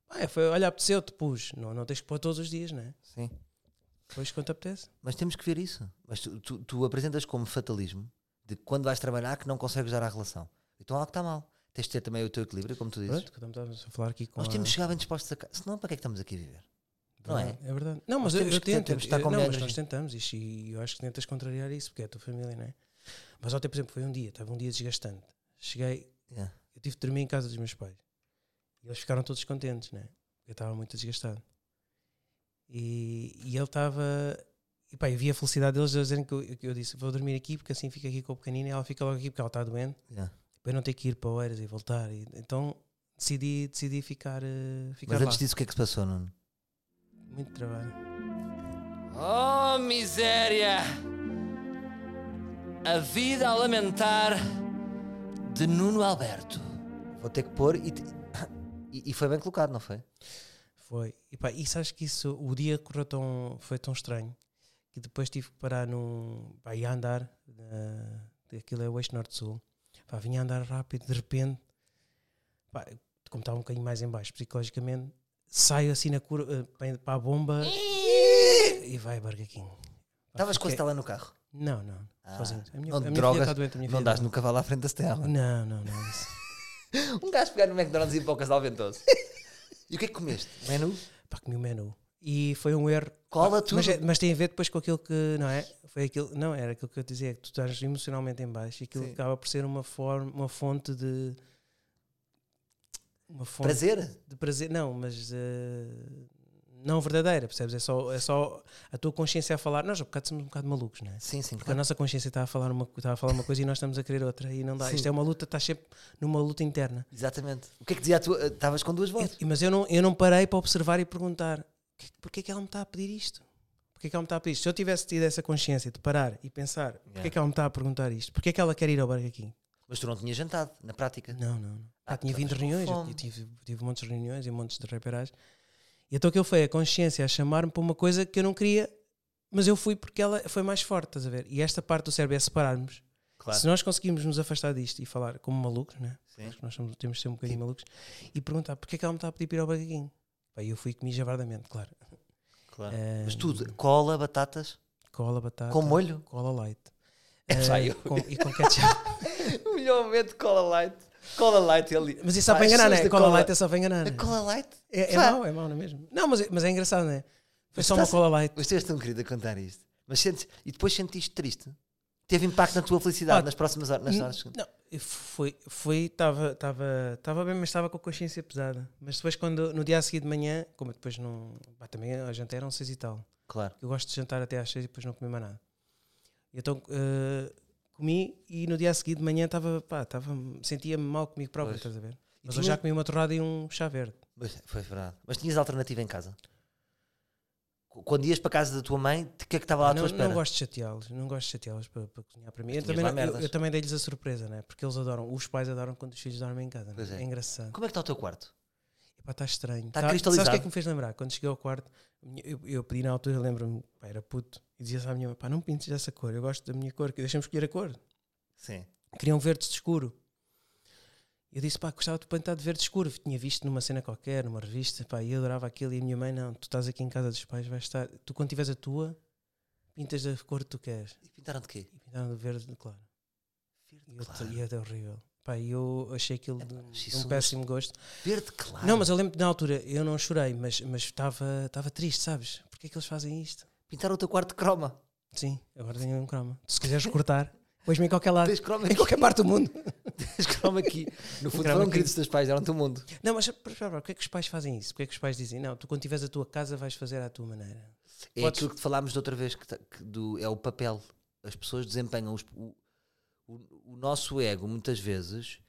Speaker 2: Ah, é, foi, olha, apeteceu-te, pus. Não, não tens que pôr todos os dias, não é?
Speaker 1: Sim.
Speaker 2: Depois quando te apetece.
Speaker 1: Mas temos que ver isso. Mas tu, tu, tu apresentas como fatalismo de que quando vais trabalhar que não consegues dar à relação. Então algo está mal. Tens de ter também o teu equilíbrio, como tu dizes.
Speaker 2: Pronto, que estamos a falar aqui com
Speaker 1: Nós
Speaker 2: a-
Speaker 1: temos que chegar bem dispostos a casa. Senão, para que é que estamos aqui a viver? não é?
Speaker 2: verdade, verdade. Não,
Speaker 1: Nós
Speaker 2: mas eu,
Speaker 1: temos
Speaker 2: eu
Speaker 1: que
Speaker 2: tento.
Speaker 1: tentar estar
Speaker 2: eu-
Speaker 1: com
Speaker 2: não, mas
Speaker 1: menos,
Speaker 2: nós
Speaker 1: né?
Speaker 2: tentamos isto, e eu acho que tentas contrariar isso, porque é a tua família, não é? Mas ontem, por exemplo, foi um dia, estava um dia desgastante. Cheguei,
Speaker 1: Yeah.
Speaker 2: eu tive de dormir em casa dos meus pais. E eles ficaram todos contentes, não é? Eu estava muito desgastado. E, e ele estava. E pá, eu vi a felicidade deles a dizerem que eu, que eu disse: vou dormir aqui, porque assim fica aqui com o pequenino e ela fica logo aqui porque ela está doente
Speaker 1: Yeah.
Speaker 2: para eu não ter que ir para Oeiras e voltar. E, então decidi, decidi ficar, eh, ficar
Speaker 1: Mas
Speaker 2: lá.
Speaker 1: antes disso, o que é que se passou, Nuno?
Speaker 2: Muito trabalho.
Speaker 1: Oh, miséria! A vida a lamentar de Nuno Alberto. Vou ter que pôr e, te- (coughs) e, e foi bem colocado, não foi?
Speaker 2: Foi. E pá, e sabes que isso, o dia correu tão, foi tão estranho que depois tive que parar num. Pá, ia andar, eh, aquilo é o eixo norte-sul. Pá, vinha a andar rápido, de repente, pá, como estava um bocadinho mais em baixo psicologicamente, saio assim na curva, eh, para- para a bomba e vai Burger King. Pá,
Speaker 1: Estavas com a
Speaker 2: fiquei-
Speaker 1: Stella no carro.
Speaker 2: Não, não,
Speaker 1: Ah,
Speaker 2: sozinho. A minha,
Speaker 1: não
Speaker 2: a minha filha
Speaker 1: drogas,
Speaker 2: está doente, a minha
Speaker 1: Não
Speaker 2: filha
Speaker 1: dás
Speaker 2: está-
Speaker 1: no cavalo à frente da Stella.
Speaker 2: Não, não, não, isso.
Speaker 1: Um gajo pegar no McDonald's e ir para o Casal Ventoso. E o que é que comeste? Menu?
Speaker 2: pá, comi o menu. E foi um erro.
Speaker 1: Cola
Speaker 2: Pá,
Speaker 1: tudo.
Speaker 2: Mas, é- mas tem a ver depois com aquilo que, não é? Foi aquilo, não, era aquilo que eu dizia, que tu estás emocionalmente em baixo e aquilo
Speaker 1: Sim.
Speaker 2: acaba por ser uma forma, uma fonte de... Uma fonte
Speaker 1: Prazer?
Speaker 2: de prazer, não, mas... eh, não verdadeira, percebes? É só, é só a tua consciência a falar. Nós, um bocado, somos um bocado malucos, não é?
Speaker 1: Sim, sim,
Speaker 2: Porque a
Speaker 1: claro.
Speaker 2: nossa consciência está a falar uma, está a falar uma coisa e nós estamos a querer outra e não dá.
Speaker 1: Sim.
Speaker 2: Isto é uma luta, estás sempre numa luta interna.
Speaker 1: Exatamente. O que é que dizia a tua. Estavas com duas vozes.
Speaker 2: E- Mas eu não, eu não parei para observar e perguntar "Que- porque é que ela me está a pedir isto? Porque é que ela me está a pedir isto? Se eu tivesse tido essa consciência de parar e pensar porque é que ela me está a perguntar isto? Porque é que ela quer ir ao Burger King?
Speaker 1: Mas tu não tinhas jantado, na prática.
Speaker 2: Não, não, não.
Speaker 1: Ah,
Speaker 2: Ah, tinha
Speaker 1: tu
Speaker 2: 20
Speaker 1: estavas com
Speaker 2: reuniões, eu
Speaker 1: fome.
Speaker 2: ti- tive, tive montes de reuniões e montes de reparagem. E então aquilo foi a consciência a chamar-me para uma coisa que eu não queria, mas eu fui porque ela foi mais forte, estás a ver? E esta parte do cérebro é separarmos.
Speaker 1: Claro.
Speaker 2: Se nós conseguirmos nos afastar disto e falar como malucos, né?
Speaker 1: Sim.
Speaker 2: Acho que nós somos- temos de ser um bocadinho malucos, e perguntar porque é que ela me está a pedir para ir ao Burger King? Pá, eu fui e comi javardamente, claro.
Speaker 1: claro.
Speaker 2: Eh,
Speaker 1: Ah, Mas
Speaker 2: (laughs)
Speaker 1: tudo, cola, batatas,
Speaker 2: Cola, batata.
Speaker 1: com molho.
Speaker 2: Cola
Speaker 1: (laughs)
Speaker 2: light.
Speaker 1: Já
Speaker 2: Eh,
Speaker 1: eu. (laughs)
Speaker 2: com- e com ketchup.
Speaker 1: O melhor momento de cola light. Cola light ali.
Speaker 2: Mas isso só
Speaker 1: Pá,
Speaker 2: para
Speaker 1: as
Speaker 2: enganar,
Speaker 1: pessoas
Speaker 2: né?
Speaker 1: da
Speaker 2: Cola, light é só
Speaker 1: (laughs)
Speaker 2: para enganar.
Speaker 1: A
Speaker 2: né?
Speaker 1: cola light?
Speaker 2: É, é
Speaker 1: Pá.
Speaker 2: mau, é mau, não é mesmo? Não, mas, mas é engraçado, não é? Foi
Speaker 1: Mas
Speaker 2: só uma
Speaker 1: estás-
Speaker 2: cola light.
Speaker 1: Mas tu és tão querido a contar isto. Mas sentes, e depois sentiste triste? Teve impacto na tua felicidade
Speaker 2: Ah,
Speaker 1: nas próximas horas? Nas horas
Speaker 2: Não, foi, foi, estava, estava, estava bem, mas estava com a consciência pesada. Mas depois quando, no dia a seguir de manhã, como eu depois não, pá, também a jantar eram seis e tal.
Speaker 1: Claro.
Speaker 2: Eu gosto de jantar até às seis e depois não comer mais nada. Então eh, comi e no dia a seguir de manhã estava, pá, estava, sentia-me mal comigo próprio,
Speaker 1: Pois.
Speaker 2: estás a ver?
Speaker 1: E é?
Speaker 2: Mas
Speaker 1: tinha-
Speaker 2: eu já comi uma torrada e um chá verde.
Speaker 1: Mas, foi verdade. Mas tinhas alternativa em casa? Qu- Quando ias para casa da tua mãe, o que é que estava lá à
Speaker 2: não,
Speaker 1: tua espera?
Speaker 2: não gosto de chateá-los, não gosto de chateá-los para, para cozinhar para mim. Eu
Speaker 1: tinhas
Speaker 2: também,
Speaker 1: lá
Speaker 2: não- eu-
Speaker 1: merdas.
Speaker 2: eu também dei-lhes a surpresa, né? porque eles adoram, os pais adoram quando os filhos dormem em casa. né?
Speaker 1: Pois é.
Speaker 2: é engraçado.
Speaker 1: Como é que está o teu quarto?
Speaker 2: Epá, está estranho.
Speaker 1: Está
Speaker 2: Tá-
Speaker 1: cristalizado.
Speaker 2: Sabes o que é que me fez lembrar? Quando cheguei ao quarto, a minha- eu, eu pedi na altura, lembro-me, pá, era puto, e dizia à minha mãe, pá, não pintes dessa cor, eu gosto da minha cor, que deixa-me escolher a cor.
Speaker 1: Sim.
Speaker 2: Queriam verde escuro. Eu disse, pá, gostava de pintar de verde escuro. Tinha visto numa cena qualquer, numa revista, pá, e eu adorava aquilo. E a minha mãe, não, tu estás aqui em casa dos pais, vais estar. Tu, quando tiveres a tua, pintas da cor que tu queres.
Speaker 1: E pintaram de quê?
Speaker 2: E pintaram de verde claro. E eu-
Speaker 1: Claro.
Speaker 2: E era horrível. Pá, e eu achei aquilo de um-
Speaker 1: acho
Speaker 2: um
Speaker 1: isso um
Speaker 2: péssimo gosto.
Speaker 1: Verde claro.
Speaker 2: Não, mas eu lembro que na altura eu não chorei, mas mas estava estava triste, sabes? Porquê é que eles fazem isto?
Speaker 1: Pintaram o teu quarto de croma.
Speaker 2: Sim, agora tenho um croma. Se quiseres cortar, pões-me em qualquer lado,
Speaker 1: Tens croma
Speaker 2: em
Speaker 1: aqui.
Speaker 2: qualquer parte do mundo.
Speaker 1: Tens croma aqui. No fundo
Speaker 2: croma
Speaker 1: foram
Speaker 2: aqui.
Speaker 1: queridos teus pais, eram do mundo.
Speaker 2: Não, mas espera, espera, espera, porquê é que os pais fazem isso? Porquê é que os pais dizem, não, tu quando tiveres a tua casa vais fazer à tua maneira?
Speaker 1: É
Speaker 2: Podes-
Speaker 1: aquilo que falámos da outra vez, que, ta- que do, é o papel. As pessoas desempenham os- o, o, o nosso ego, muitas vezes.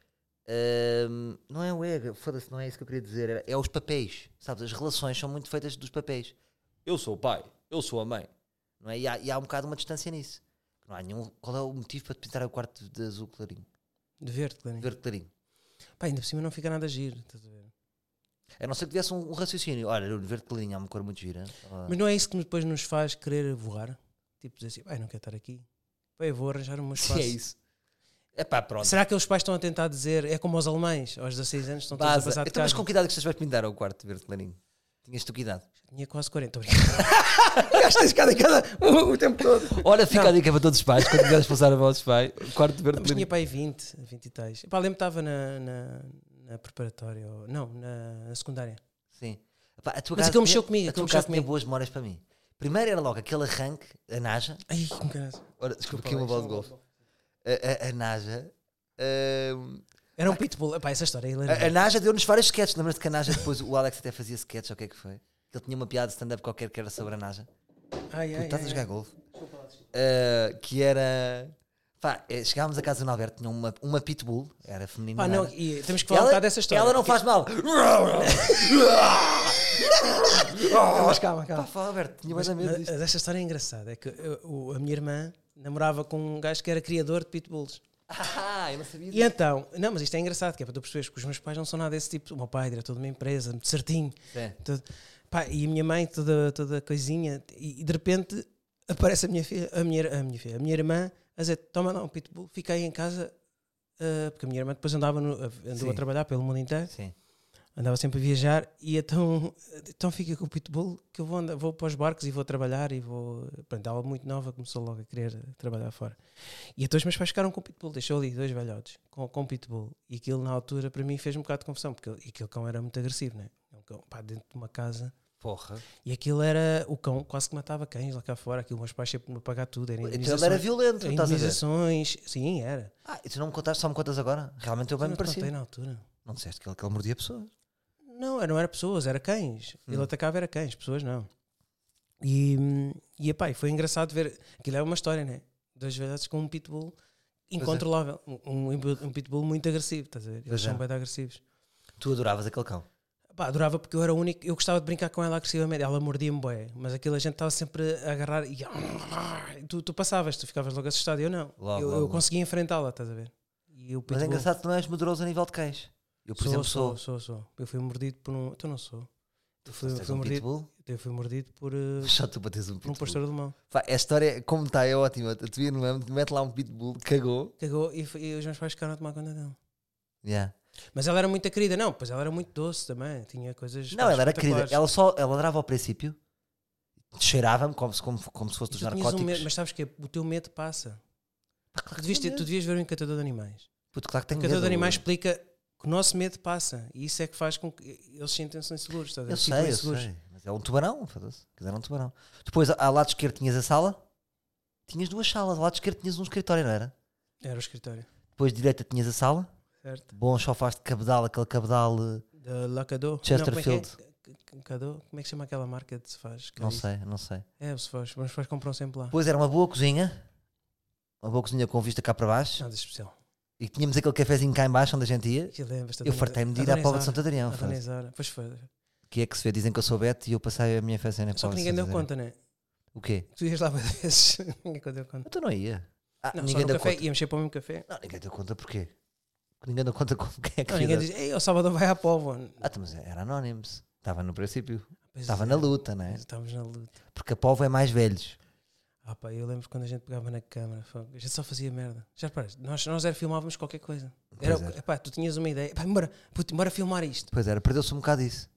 Speaker 1: ahm, não é o ego, foda-se, não é isso que eu queria dizer. era- É os papéis, sabes? As relações são muito feitas dos papéis. Eu sou o pai, eu sou a mãe. Não é? e, há, e há um bocado uma distância nisso. Não há nenhum, qual é o motivo para te pintar o quarto de azul clarinho?
Speaker 2: De verde, claro.
Speaker 1: Verde clarinho.
Speaker 2: Pá, ainda por cima não fica nada giro, estás a ver?
Speaker 1: A não ser que tivesse um, um raciocínio. Olha, o verde clarinho é uma cor muito gira. Ah,
Speaker 2: Mas não é isso que depois nos faz querer voar? Tipo, dizer assim, "Ai, não quero estar aqui. Pá, eu vou
Speaker 1: (laughs)
Speaker 2: arranjar um
Speaker 1: sim,
Speaker 2: espaço.
Speaker 1: é isso. É pá, pronto.
Speaker 2: Será que os pais estão a tentar dizer, é como aos alemães, aos 16 anos estão todos a
Speaker 1: Baza.
Speaker 2: passar de
Speaker 1: Então, mas
Speaker 2: casa?
Speaker 1: com que idade é que vocês vais pintar ao quarto de verde clarinho? Tinhas tu que
Speaker 2: (laughs)
Speaker 1: idade?
Speaker 2: Tinha quase 40, obrigado. Gastas cada em cada (laughs) o, o tempo todo.
Speaker 1: Olha, fica
Speaker 2: Não.
Speaker 1: a dica para todos os pais, quando quiseres passar a vossos pais, quarto de verde
Speaker 2: Mas
Speaker 1: clarinho.
Speaker 2: tinha pai 20, 20 e tais. Pá, lembro que estava na, na, na preparatória, ou- não, na, na secundária.
Speaker 1: Sim. Epá, a tua
Speaker 2: Mas
Speaker 1: casa
Speaker 2: aquilo
Speaker 1: tinha-
Speaker 2: mexeu comigo,
Speaker 1: A tua
Speaker 2: aquilo
Speaker 1: casa
Speaker 2: mexeu
Speaker 1: tinha
Speaker 2: comigo.
Speaker 1: boas memórias para mim. Primeiro era logo aquele arranque, a Naja.
Speaker 2: Ai, como caralho.
Speaker 1: Ora, desculpa,
Speaker 2: é
Speaker 1: aqui uma bola de golfe. A, a- a Naja. ahm,
Speaker 2: Era um pitbull. Epá, essa história
Speaker 1: a,
Speaker 2: é
Speaker 1: a
Speaker 2: hilária.
Speaker 1: Naja deu-nos vários sketches. Lembras-te que a Naja depois, o Alex até fazia sketches, ou o que é que foi? Ele tinha uma piada de stand-up qualquer que era sobre a Naja.
Speaker 2: Ai,
Speaker 1: Puto,
Speaker 2: ai,
Speaker 1: Estás a
Speaker 2: ai,
Speaker 1: jogar golfe? Ah, que era. Pá, eh, chegámos à casa do Alberto, tinha uma, uma pitbull, era
Speaker 2: ai.
Speaker 1: feminina.
Speaker 2: Pá, não, e temos que falar um bocado dessa história.
Speaker 1: ela não faz mal.
Speaker 2: Não, mas calma,
Speaker 1: Pá,
Speaker 2: calma.
Speaker 1: fala, Alberto, tinha
Speaker 2: Mas,
Speaker 1: mais a medo
Speaker 2: mas
Speaker 1: disto.
Speaker 2: essa história é engraçada. É que eu- o- a minha irmã namorava com um gajo que era criador de pitbulls.
Speaker 1: Ah, eu não sabia.
Speaker 2: E então, não, mas isto é engraçado, que é para tu perceberes que os meus pais não são nada desse tipo. O meu pai é diretor de uma empresa, muito certinho.
Speaker 1: É.
Speaker 2: Todo- pá, e a minha mãe, toda, toda coisinha. E, e de repente aparece a minha filha, a minha, ir- a minha, filha, a minha irmã, a dizer: toma lá um pitbull, fica aí em casa. ah, porque a minha irmã depois andava no- andou
Speaker 1: Sim.
Speaker 2: a trabalhar pelo mundo inteiro
Speaker 1: Sim.
Speaker 2: andava sempre a viajar e então, (laughs) então fica com o pitbull que eu vou, andar- vou para os barcos e vou trabalhar e vou... Pronto, ela muito nova começou logo a querer trabalhar fora. E então os meus pais ficaram com o pitbull, deixou ali dois velhotes com, com o pitbull e aquilo na altura para mim fez um bocado de confusão porque ele- aquele cão era muito agressivo, né? É um cão pá, dentro de uma casa
Speaker 1: Porra.
Speaker 2: e aquilo era... O cão quase que matava cães lá cá fora, aquilo meus pais sempre me pagar tudo, era
Speaker 1: Então ele era
Speaker 2: indenizações.
Speaker 1: violento, não estás a ver?
Speaker 2: Indenizações, sim, era.
Speaker 1: Ah, e tu não me contaste, só me contas agora? Realmente eu bem
Speaker 2: Eu
Speaker 1: me
Speaker 2: não te contei
Speaker 1: parecido.
Speaker 2: na altura.
Speaker 1: Não disseste que ele, que ele mordia pessoas.
Speaker 2: Não, não era pessoas, era cães.
Speaker 1: Hum.
Speaker 2: Ele atacava era cães, pessoas não. E, hum, e epá, e foi engraçado ver. Aquilo é uma história, né? Dois velhotes com um pitbull
Speaker 1: é.
Speaker 2: incontrolável. Um, um- um pitbull muito agressivo, estás a ver?
Speaker 1: Pois
Speaker 2: Eles são
Speaker 1: é.
Speaker 2: bem agressivos.
Speaker 1: Tu adoravas aquele cão.
Speaker 2: Pá, adorava porque eu era o único. Eu gostava de brincar com ela agressivamente. Ela mordia-me bué, mas aquilo a gente estava sempre a agarrar e. e Tu, tu passavas, tu ficavas logo assustado. Eu não.
Speaker 1: Logo,
Speaker 2: eu eu
Speaker 1: logo, logo.
Speaker 2: conseguia enfrentá-la, estás a ver? E
Speaker 1: Mas é
Speaker 2: o pitbull-
Speaker 1: engraçado que tu não és medroso a nível de cães. Eu, por
Speaker 2: sou,
Speaker 1: exemplo,
Speaker 2: sou,
Speaker 1: sou.
Speaker 2: sou, sou. Eu fui mordido por um. Tu não sou. Eu fui,
Speaker 1: Se tens
Speaker 2: fui
Speaker 1: um
Speaker 2: mordido,
Speaker 1: pitbull,
Speaker 2: eu fui mordido por. eh,
Speaker 1: só tu bates um
Speaker 2: Por um
Speaker 1: pitbull.
Speaker 2: pastor alemão.
Speaker 1: Pá, a história, como está, é ótima. Tu tua irmã mete lá um pitbull, cagou.
Speaker 2: Cagou e, foi- e os meus pais ficaram a tomar conta dele.
Speaker 1: Yeah.
Speaker 2: Mas ela era muito querida, não, pois ela era muito doce também, tinha coisas.
Speaker 1: Não, ela era querida.
Speaker 2: espetaculares.
Speaker 1: Ela só ela ladrava ao princípio, cheirava-me como se, como, como se fosse
Speaker 2: E
Speaker 1: dos
Speaker 2: tu tinhas um
Speaker 1: narcóticos.
Speaker 2: medo, mas sabes que O teu medo passa.
Speaker 1: Pá, claro
Speaker 2: Tu
Speaker 1: que
Speaker 2: devias,
Speaker 1: tem
Speaker 2: ter- tu
Speaker 1: medo.
Speaker 2: devias ver o encantador de animais.
Speaker 1: Puto, claro que
Speaker 2: O
Speaker 1: tenho
Speaker 2: encantador
Speaker 1: medo.
Speaker 2: de é animais explica que o nosso medo passa e isso é que faz com que eles se sintam-se inseguros. Estás a ver?
Speaker 1: Eu
Speaker 2: Ficam
Speaker 1: sei, eu
Speaker 2: inseguros.
Speaker 1: sei. Mas é um tubarão, foda-se. Quer dizer, era um tubarão. Depois, a- ao lado esquerdo tinhas a sala. Tinhas duas salas. Ao lado esquerdo tinhas um escritório, não era?
Speaker 2: Era o escritório,
Speaker 1: Depois, direita tinhas a sala.
Speaker 2: certo?
Speaker 1: Bons sofás de cabedal, aquele cabedal... eh,
Speaker 2: Da Lacador. é
Speaker 1: Chesterfield.
Speaker 2: Cadô? Como é que chama aquela marca de sofás? Que
Speaker 1: Não
Speaker 2: é isso?
Speaker 1: sei, não sei.
Speaker 2: É, os sofás. Os meus pais compram sempre lá.
Speaker 1: Depois era uma boa cozinha. Uma boa cozinha com vista cá para baixo.
Speaker 2: Nada especial.
Speaker 1: E tínhamos aquele cafezinho cá em baixo onde a gente ia.
Speaker 2: Aquilo é bastante-
Speaker 1: Eu fartei-me de ir à
Speaker 2: Adorei
Speaker 1: Pova de
Speaker 2: essa
Speaker 1: Santo Adrião.
Speaker 2: A
Speaker 1: foda-se.
Speaker 2: Vanessa, pois foi.
Speaker 1: que é que se vê? Dizem que eu sou Beto e eu passei a minha festa na
Speaker 2: Só que
Speaker 1: Paula
Speaker 2: ninguém deu
Speaker 1: Sousa.
Speaker 2: conta, né?
Speaker 1: O quê?
Speaker 2: Tu ias lá várias vezes. (laughs) ninguém deu conta.
Speaker 1: Então não ia. Ah,
Speaker 2: Não, só
Speaker 1: ninguém
Speaker 2: no
Speaker 1: deu
Speaker 2: café.
Speaker 1: conta.
Speaker 2: Íamos sempre para o mesmo café.
Speaker 1: Não, ninguém deu conta porquê? Porque Ninguém deu conta como quem é que
Speaker 2: Não,
Speaker 1: ia
Speaker 2: ninguém
Speaker 1: dar-
Speaker 2: diz, ei, o Salvador vai à póvoa.
Speaker 1: Ah, então, mas era anónimos. Estava no princípio.
Speaker 2: Pois
Speaker 1: Estava
Speaker 2: é,
Speaker 1: na luta, não é?
Speaker 2: Estávamos na luta.
Speaker 1: Porque a povo é mais velhos.
Speaker 2: Ah pá, eu lembro quando a gente pegava na câmara, fogo, a gente só fazia merda. Já reparas, nós, nós era filmávamos qualquer coisa. Era,
Speaker 1: Pois era.
Speaker 2: epá, tu tinhas uma ideia, epá, bora, puto, bora filmar isto.
Speaker 1: Pois era, perdeu-se um bocado isso.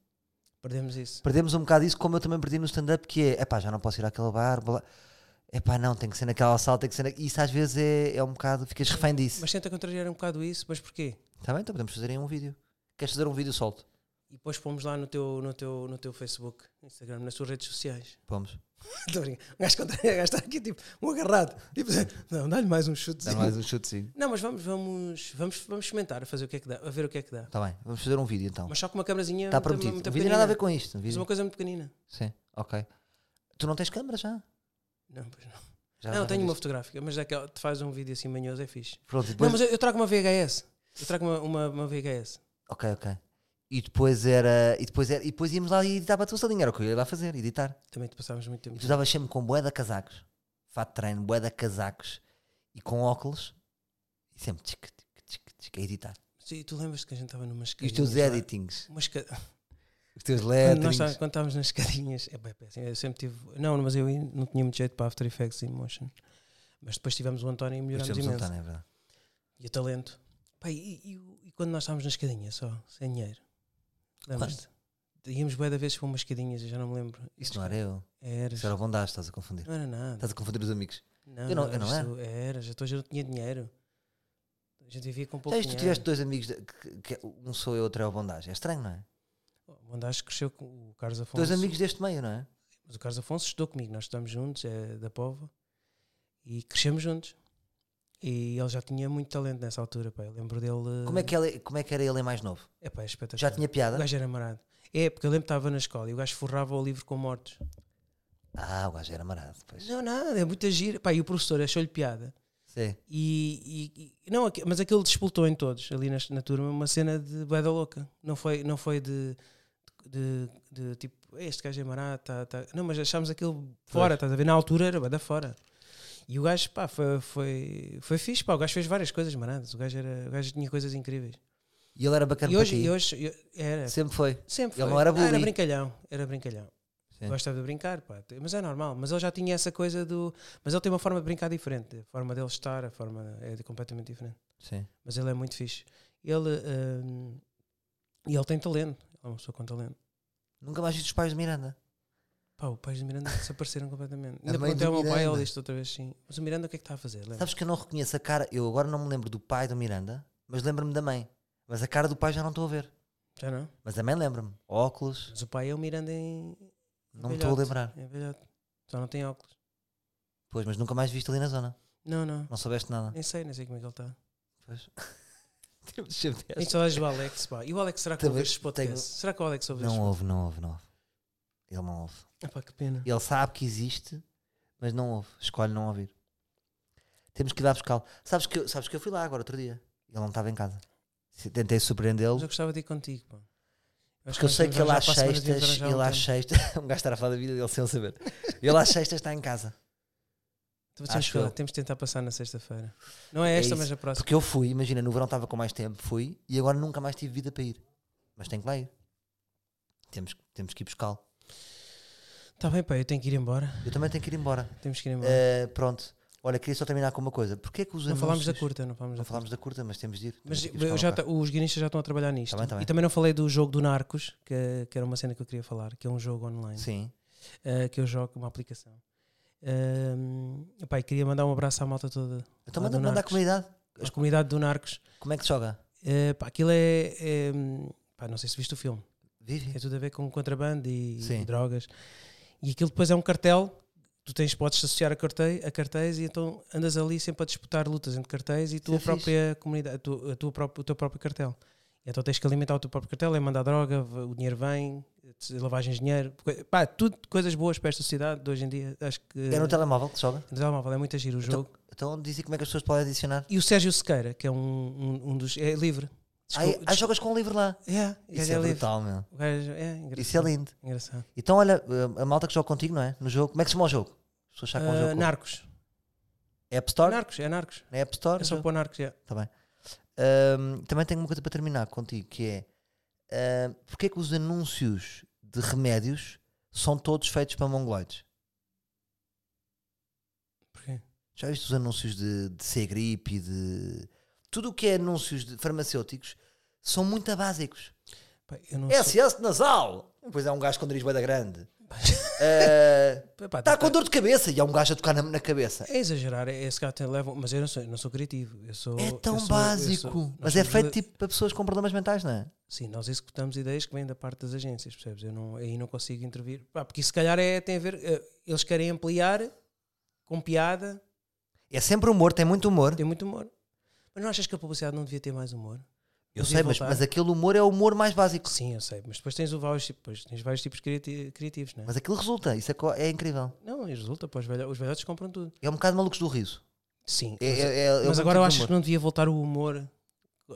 Speaker 2: Perdemos isso.
Speaker 1: Perdemos um bocado isso, como eu também perdi no stand-up, que é, epá, já não posso ir àquele bar, blá. epá, não, tem que ser naquela sala, tem que ser na... Isso às vezes é, é um bocado, ficas refém disso.
Speaker 2: Mas tenta contrariar um bocado isso, mas porquê?
Speaker 1: Está bem, então podemos fazer aí um vídeo. Queres fazer um vídeo solto?
Speaker 2: E depois pomos lá no teu, no teu, no teu Facebook, Instagram, nas tuas redes sociais.
Speaker 1: Vamos.
Speaker 2: Estou a brincar. Um gajo contraria, (laughs) um gajo está aqui tipo, um agarrado. Tipo, (laughs) não, dá-lhe mais um chute.
Speaker 1: Dá mais um chutezinho.
Speaker 2: Não, mas vamos, vamos, vamos, vamos experimentar a fazer o que é que dá, a ver o que é que dá.
Speaker 1: Está bem, vamos fazer um vídeo então.
Speaker 2: Mas só com uma câmerazinha
Speaker 1: Está prometido.
Speaker 2: muito
Speaker 1: um vídeo nada a ver com isto. Um vídeo.
Speaker 2: uma coisa muito pequenina.
Speaker 1: Sim, ok. Tu não tens câmera já?
Speaker 2: Não, pois não.
Speaker 1: já
Speaker 2: não,
Speaker 1: já
Speaker 2: tenho
Speaker 1: viste?
Speaker 2: uma fotográfica, mas é que te faz um vídeo assim manhoso, é fixe.
Speaker 1: Pronto, e
Speaker 2: Não,
Speaker 1: depois...
Speaker 2: mas eu, eu trago uma VHS. Eu trago uma, uma, uma VHS.
Speaker 1: Ok, ok. E depois era. E depois, era, e depois íamos lá e editava a tua salinha, era o que eu ia lá fazer, editar.
Speaker 2: Também te passámos muito
Speaker 1: E
Speaker 2: tempo.
Speaker 1: tu estavas sempre com boeda casacos, fato de treino, boeda casacos e com óculos e sempre tic, tic, tic, tic, a editar.
Speaker 2: Sim, tu lembras-te que a gente estava numas
Speaker 1: E os
Speaker 2: escadinhas.
Speaker 1: teus
Speaker 2: lá?
Speaker 1: editings,
Speaker 2: Umas esca-
Speaker 1: os teus
Speaker 2: é? Quando,
Speaker 1: letters.
Speaker 2: nós tá- quando estávamos nas escadinhas, é bem péssimo. Eu sempre tive. Não, mas eu não tinha muito jeito para After Effects e Motion. Mas depois tivemos o António e melhoramos
Speaker 1: Temos
Speaker 2: imenso.
Speaker 1: um António, é verdade.
Speaker 2: E o talento. Pá, e, e o- e quando nós estávamos na escadinha só, sem dinheiro? Lembras-te? Íamos bem da vez para umas escadinhas, eu já não me lembro.
Speaker 1: Isso não era eu.
Speaker 2: Eras.
Speaker 1: Isso era o Bondage, estás a confundir.
Speaker 2: Não era nada.
Speaker 1: Estás a confundir os amigos.
Speaker 2: Não,
Speaker 1: eu não- eu não
Speaker 2: eras
Speaker 1: era.
Speaker 2: tu, Eras, então a gente não tinha dinheiro. A gente vivia com pouco é.
Speaker 1: Já viste,
Speaker 2: dinheiro.
Speaker 1: tu tiveste dois amigos, de- que, que um sou eu, outro é o Bondage. É estranho, não é?
Speaker 2: O Bondage cresceu com o Carlos Afonso.
Speaker 1: Dois amigos deste meio, não é?
Speaker 2: Mas o Carlos Afonso estudou comigo, nós estamos juntos, é da Povo e crescemos juntos. E ele já tinha muito talento nessa altura, pá. Eu lembro dele.
Speaker 1: Como é que, ele, como é que era ele em mais novo?
Speaker 2: É pá, é espetacular.
Speaker 1: Já tinha
Speaker 2: Eh, O
Speaker 1: piada?
Speaker 2: gajo era marado. É, porque eu lembro que estava na escola e o gajo forrava o livro com mortos.
Speaker 1: Ah, o gajo era marado, pois.
Speaker 2: Não, nada, é muita gira. Pá, e o professor achou-lhe piada.
Speaker 1: Sim.
Speaker 2: E, e- e- não, aqu- mas aquilo despoltou em todos ali na, na turma uma cena de boeda louca. Não foi, não foi de, de, de tipo, este gajo é marado, tá, tá. não, mas achámos aquilo fora, estás a ver? Na altura era boeda fora. E o gajo, pá, foi, foi, foi fixe, pá. O gajo fez várias coisas maradas. O gajo, era, o gajo tinha coisas incríveis.
Speaker 1: E ele era bacana
Speaker 2: E
Speaker 1: para
Speaker 2: hoje, é.
Speaker 1: ti?
Speaker 2: e hoje eu- era,
Speaker 1: Sempre foi.
Speaker 2: sempre
Speaker 1: ele
Speaker 2: foi. Ah,
Speaker 1: não era
Speaker 2: era
Speaker 1: bully.
Speaker 2: brincalhão, era brincalhão.
Speaker 1: Sim.
Speaker 2: Gostava de brincar, pá. Mas é normal. Mas ele já tinha essa coisa do. Mas ele tem uma forma de brincar diferente. A forma dele estar, a forma é de- completamente diferente.
Speaker 1: Sim.
Speaker 2: Mas ele é muito fixe. Ele. hum, e ele tem talento. Ele é uma pessoa com talento.
Speaker 1: Nunca mais viste os pais de Miranda.
Speaker 2: Pá, os pais do Miranda (laughs) desapareceram completamente.
Speaker 1: mãe
Speaker 2: Ainda
Speaker 1: do
Speaker 2: perguntei ao meu pai,
Speaker 1: Miranda.
Speaker 2: ele disse outra vez sim. Mas o Miranda o que é que está a fazer? Lembra?
Speaker 1: Sabes que eu não reconheço a cara. Eu agora não me lembro do pai do Miranda, mas lembro-me da mãe. Mas a cara do pai já não estou a ver.
Speaker 2: Já não?
Speaker 1: Mas a mãe lembra-me. Óculos,
Speaker 2: Mas o pai é o Miranda em.
Speaker 1: não me estou a
Speaker 2: velhote.
Speaker 1: lembrar.
Speaker 2: É velhote. Só não tem óculos.
Speaker 1: Pois, mas nunca mais viste ali na zona.
Speaker 2: Não, não.
Speaker 1: Não soubeste nada.
Speaker 2: Nem sei, nem sei como é que ele está.
Speaker 1: Pois. Temos sempre
Speaker 2: Nem
Speaker 1: esta.
Speaker 2: saudades do Alex, pá. E o Alex, será que ouve
Speaker 1: Também
Speaker 2: este podcast?
Speaker 1: tenho-
Speaker 2: Será que o Alex ouve este
Speaker 1: Não ouve, não ouve, não ouve. Ele não ouve.
Speaker 2: Ah, pá, que pena.
Speaker 1: Ele sabe que existe, mas não ouve. Escolhe não ouvir. Temos que ir lá buscá-lo. Sabes que, eu- sabes que eu fui lá agora outro dia. Ele não estava em casa. Tentei surpreendê-lo.
Speaker 2: Mas eu gostava de ir contigo, pá.
Speaker 1: Porque
Speaker 2: Acho
Speaker 1: eu
Speaker 2: nós
Speaker 1: sei
Speaker 2: temos
Speaker 1: que ele
Speaker 2: já
Speaker 1: às
Speaker 2: para a semana de
Speaker 1: sextas,
Speaker 2: arranjar um
Speaker 1: ele às
Speaker 2: tempo.
Speaker 1: sextas, (laughs) um gajo estar a falar da vida dele sem ele saber. Ele às sextas está em casa.
Speaker 2: Então temos,
Speaker 1: acho
Speaker 2: que,
Speaker 1: eu.
Speaker 2: temos de tentar passar na sexta-feira. Não é
Speaker 1: É
Speaker 2: esta,
Speaker 1: isso.
Speaker 2: mas a próxima.
Speaker 1: Porque eu fui, imagina, no verão estava com mais tempo, fui e agora nunca mais tive vida para ir. Mas tenho que lá ir. Temos, temos que ir buscá-lo.
Speaker 2: Está Tá bem, pá, eu tenho que ir embora.
Speaker 1: Eu também tenho que ir embora.
Speaker 2: Temos que ir embora.
Speaker 1: Eh, pronto. Olha, queria só terminar com uma coisa. Porquê é que os
Speaker 2: não falámos da
Speaker 1: anúncios-
Speaker 2: curta, não falámos
Speaker 1: Não
Speaker 2: da curta.
Speaker 1: falámos da curta, mas temos de ir. Temos
Speaker 2: Mas
Speaker 1: de ir
Speaker 2: eu
Speaker 1: buscar
Speaker 2: já
Speaker 1: um
Speaker 2: ta-
Speaker 1: carro.
Speaker 2: os guionistas já estão a trabalhar nisto.
Speaker 1: Tá bem, tá bem.
Speaker 2: E também não falei do jogo do Narcos, que, que era uma cena que eu queria falar, que é um jogo online
Speaker 1: Sim.
Speaker 2: eh, que eu jogo, uma aplicação. Eh, pá, e queria mandar um abraço à malta toda,
Speaker 1: Então
Speaker 2: Lá
Speaker 1: manda,
Speaker 2: do
Speaker 1: manda a
Speaker 2: Narcos.
Speaker 1: comunidade.
Speaker 2: à comunidade do Narcos.
Speaker 1: Como é que se joga?
Speaker 2: Eh, pá, aquilo é. é, hum, pá, não sei se viste o filme.
Speaker 1: Vive?
Speaker 2: É tudo a ver com contrabando e,
Speaker 1: Sim.
Speaker 2: e drogas. E aquilo depois é um cartel. Tu tens, podes associar a, carte, a cartéis e então andas ali sempre a disputar lutas entre cartéis e tua
Speaker 1: é fixe.
Speaker 2: própria comunidade, a tu- a tua própria, o teu próprio cartel. Então tens que alimentar o teu próprio cartel, é mandar droga, v- o dinheiro vem, t- lavagens de dinheiro, coi- pá, tudo coisas boas para esta sociedade de hoje em dia. Acho que
Speaker 1: É no telemóvel que se joga?
Speaker 2: no telemóvel é muito giro o jogo.
Speaker 1: Então dizem como é que as pessoas podem adicionar.
Speaker 2: E o Sérgio Sequeira, que é um, um, um dos. é livre.
Speaker 1: Há,
Speaker 2: Desculpa-
Speaker 1: há jogas com o livro lá.
Speaker 2: Yeah, o gajo
Speaker 1: Ah, Isso é,
Speaker 2: é livre.
Speaker 1: brutal, meu.
Speaker 2: O gajo é engraçado.
Speaker 1: Isso é lindo.
Speaker 2: Engraçado.
Speaker 1: Então, olha, a- a malta que joga contigo, não é? No jogo. Como é que se chama o jogo? As pessoas sacam o
Speaker 2: Ah,
Speaker 1: um jogo. Na
Speaker 2: narcos.
Speaker 1: App Store?
Speaker 2: Narcos, é narcos.
Speaker 1: Na App Store?
Speaker 2: É só pôr narcos, é.
Speaker 1: Tá bem. Ahm, também tenho uma coisa para terminar contigo, que é ahm, porque é que os anúncios de remédios são todos feitos para mongoloides?
Speaker 2: Porquê?
Speaker 1: Já viste os anúncios de, de ser gripe e de. Tudo o que é anúncios de farmacêuticos são muito básicos.
Speaker 2: Pá, eu não sei.
Speaker 1: SS É nasal! Pois é um gajo com nariz bué da grande. Está
Speaker 2: (laughs) Pá, tá-
Speaker 1: com dor de cabeça e há um gajo a tocar na, na cabeça.
Speaker 2: É exagerar, é- esse gato leva, mas eu não sou, eu não sou criativo. Eu sou,
Speaker 1: É
Speaker 2: eu
Speaker 1: tão
Speaker 2: sou- eu
Speaker 1: básico.
Speaker 2: sou- nós
Speaker 1: mas é
Speaker 2: somos
Speaker 1: feito
Speaker 2: da-
Speaker 1: tipo para pessoas com problemas mentais, não é?
Speaker 2: Sim, nós executamos ideias que vêm da parte das agências, percebes? Eu não, aí não consigo intervir. Pá, porque isso se calhar é, tem a ver. eh, Eles querem ampliar com piada,
Speaker 1: É sempre humor, tem muito humor.
Speaker 2: tem muito humor. Mas não achas que a publicidade não devia ter mais humor?
Speaker 1: Eu
Speaker 2: Devia
Speaker 1: sei, mas,
Speaker 2: voltar?
Speaker 1: mas aquele humor é o humor mais básico.
Speaker 2: Sim, eu sei, mas depois tens, o vários, tipos- depois tens vários tipos criati- criativos, não é?
Speaker 1: Mas aquilo resulta, isso é, co- é incrível.
Speaker 2: Não, e resulta, pá, os, velho, os velhotes compram tudo.
Speaker 1: É um bocado malucos do riso.
Speaker 2: Sim,
Speaker 1: É-
Speaker 2: mas-
Speaker 1: é- é- é
Speaker 2: mas
Speaker 1: um
Speaker 2: agora eu
Speaker 1: tipo de
Speaker 2: acho
Speaker 1: humor.
Speaker 2: que não devia voltar o humor,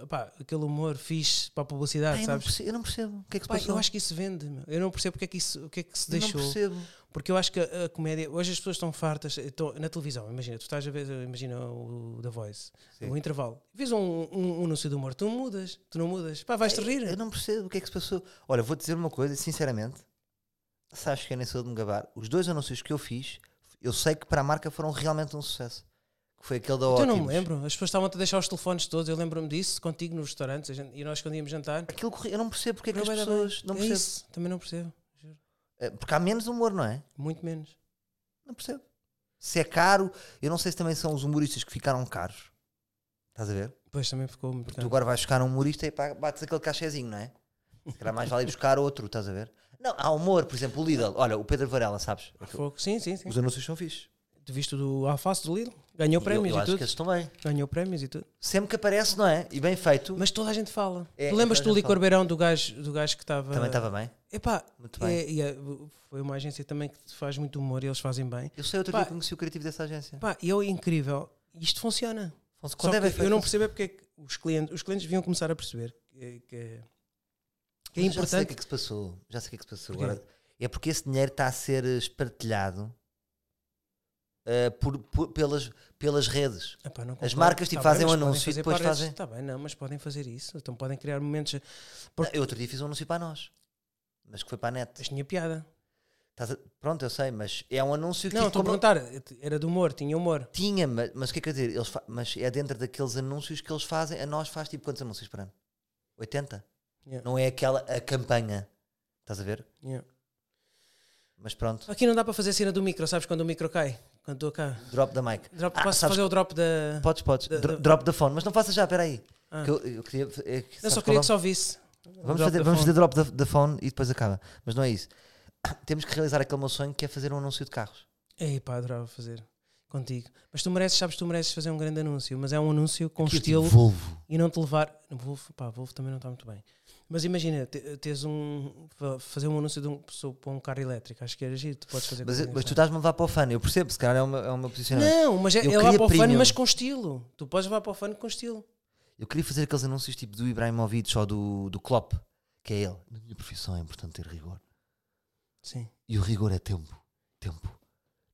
Speaker 2: pá, aquele humor fixe para a
Speaker 1: Ah,
Speaker 2: publicidade,
Speaker 1: eu, não
Speaker 2: sabes?
Speaker 1: percebo, eu não percebo. O que é que se
Speaker 2: Pá,
Speaker 1: passou?
Speaker 2: eu acho que isso vende, meu. eu não percebo porque é que isso, o que é que se
Speaker 1: Eu não
Speaker 2: deixou.
Speaker 1: percebo.
Speaker 2: Porque eu acho que a, a comédia, hoje as pessoas estão fartas, estão- na televisão, imagina, tu estás a ver, imagina o The Voice,
Speaker 1: Sim.
Speaker 2: o intervalo, vês um, um, um anúncio de humor, tu mudas, tu não mudas, pá, vais-te rir.
Speaker 1: Eu não percebo o que é que se passou. Olha, vou dizer uma coisa, sinceramente. Sabes que eu nem sou de me gabar. Os dois anúncios que eu fiz, eu sei que para a marca foram realmente um sucesso. Que foi aquele da
Speaker 2: Então eu
Speaker 1: Ótimos.
Speaker 2: não me lembro, as pessoas estavam a deixar os telefones todos, eu lembro-me disso, contigo nos restaurantes, a gente- e nós quando íamos jantar,
Speaker 1: Aquilo que- eu não percebo porque é que
Speaker 2: Não
Speaker 1: as
Speaker 2: vai dar
Speaker 1: pessoas. Não
Speaker 2: é
Speaker 1: percebo.
Speaker 2: isso, também não percebo, juro.
Speaker 1: Eh, Porque há menos humor, não é?
Speaker 2: muito menos.
Speaker 1: Não percebo. Se é caro, eu não sei se também são os humoristas que ficaram caros. Estás a ver?
Speaker 2: Pois também ficou muito
Speaker 1: Tu
Speaker 2: caro.
Speaker 1: agora vais buscar um humorista e pá, bates aquele cachezinho, não é? Se calhar mais vale ir buscar outro, estás a ver? Não, há humor, por exemplo, o Lidl. Olha, o Pedro Varela, sabes?
Speaker 2: Fogo. Sim, sim, sim.
Speaker 1: Os anúncios são fixes.
Speaker 2: Tu viste o do alface do Lidl, ganhou
Speaker 1: eu,
Speaker 2: prémios
Speaker 1: eu
Speaker 2: e
Speaker 1: acho
Speaker 2: tudo,
Speaker 1: que eles estão bem.
Speaker 2: ganhou prémios e tudo.
Speaker 1: Sempre que aparece, não é? E bem feito.
Speaker 2: Mas toda a gente fala.
Speaker 1: É,
Speaker 2: tu lembras
Speaker 1: toda a
Speaker 2: do
Speaker 1: gente
Speaker 2: licor
Speaker 1: fala.
Speaker 2: beirão do gajo, do gajo que estava.
Speaker 1: Também estava bem.
Speaker 2: Epá,
Speaker 1: Muito bem.
Speaker 2: é, e é, foi uma agência também que faz muito humor e eles fazem bem.
Speaker 1: Eu sei, outro
Speaker 2: Pá.
Speaker 1: dia conheci o criativo dessa agência.
Speaker 2: Pá, e é incrível. Isto funciona.
Speaker 1: Afonso,
Speaker 2: Só
Speaker 1: Quando é bem
Speaker 2: que eu
Speaker 1: feito.
Speaker 2: não percebo é porque é que os clientes, os clientes deviam começar a perceber que, que- que é
Speaker 1: Mas Já sei o
Speaker 2: importante.
Speaker 1: que é que se passou. Já sei o que é que se passou.
Speaker 2: Porquê?
Speaker 1: Agora, é porque esse dinheiro está a ser espartilhado eh, por- por- pelas, pelas redes.
Speaker 2: Epá, não
Speaker 1: As
Speaker 2: concordo.
Speaker 1: marcas, tipo,
Speaker 2: Tá bem,
Speaker 1: fazem um
Speaker 2: mas podem
Speaker 1: anúncio e
Speaker 2: fazer
Speaker 1: depois
Speaker 2: para redes-
Speaker 1: fazem-
Speaker 2: Tá bem, não, mas podem fazer isso. Então podem criar momentos. Porque-
Speaker 1: Não, eu outro dia fiz um anúncio para nós. Mas que foi para a net.
Speaker 2: Mas tinha piada.
Speaker 1: Estás a- Pronto, eu sei, mas é um anúncio que
Speaker 2: Não,
Speaker 1: tipo,
Speaker 2: estou a
Speaker 1: como-
Speaker 2: perguntar. Era de humor, tinha humor.
Speaker 1: tinha, mas, mas o que é que eu ia dizer? Eles fa- Mas é dentro daqueles anúncios que eles fazem. A nós faz tipo quantos anúncios por ano? 80?
Speaker 2: Yeah.
Speaker 1: Não é aquela a campanha. Estás a ver?
Speaker 2: Yeah.
Speaker 1: Mas pronto,
Speaker 2: Aqui não dá para fazer a cena do micro, sabes? Quando o micro cai. Quando estou cá.
Speaker 1: drop da mic.
Speaker 2: (laughs) Drop,
Speaker 1: Ah,
Speaker 2: posso
Speaker 1: sabes-
Speaker 2: fazer o drop da.
Speaker 1: Podes, podes.
Speaker 2: Da-
Speaker 1: Dro-
Speaker 2: da-
Speaker 1: Drop da phone, mas não faças já, espera aí.
Speaker 2: Ah.
Speaker 1: Que eu, eu queria, é que-
Speaker 2: Eu
Speaker 1: sabes qual
Speaker 2: só
Speaker 1: é
Speaker 2: queria
Speaker 1: o
Speaker 2: que só visse.
Speaker 1: Vamos,
Speaker 2: Drop
Speaker 1: fazer,
Speaker 2: da
Speaker 1: vamos
Speaker 2: phone.
Speaker 1: fazer drop da, da phone e depois acaba. Mas não é isso. (coughs) Temos que realizar aquele meu sonho que é fazer um anúncio de carros.
Speaker 2: Ei, pá, adorava fazer contigo. Mas tu mereces, sabes, tu mereces fazer um grande anúncio, mas é um anúncio com
Speaker 1: Que é tipo
Speaker 2: estilo
Speaker 1: Volvo.
Speaker 2: e não te levar. Volvo, pá, Volvo também não está muito bem. Mas imagina, te- teres um. fa- fazer um anúncio de um, so- para um carro elétrico, acho que era giro, tu podes fazer
Speaker 1: Mas,
Speaker 2: coisa
Speaker 1: mas tu
Speaker 2: engraçada.
Speaker 1: estás-me a levar para o fã, eu percebo, se calhar é uma, é uma posicionamento.
Speaker 2: Não, mas é,
Speaker 1: Eu
Speaker 2: é lá
Speaker 1: queria
Speaker 2: para o fã,
Speaker 1: premium.
Speaker 2: mas com estilo. Tu podes levar para o fã com estilo.
Speaker 1: Eu queria fazer aqueles anúncios tipo do Ibrahimovic ou do, do Klopp, que é ele. Na minha profissão é importante ter rigor.
Speaker 2: Sim.
Speaker 1: E o rigor é tempo. Tempo.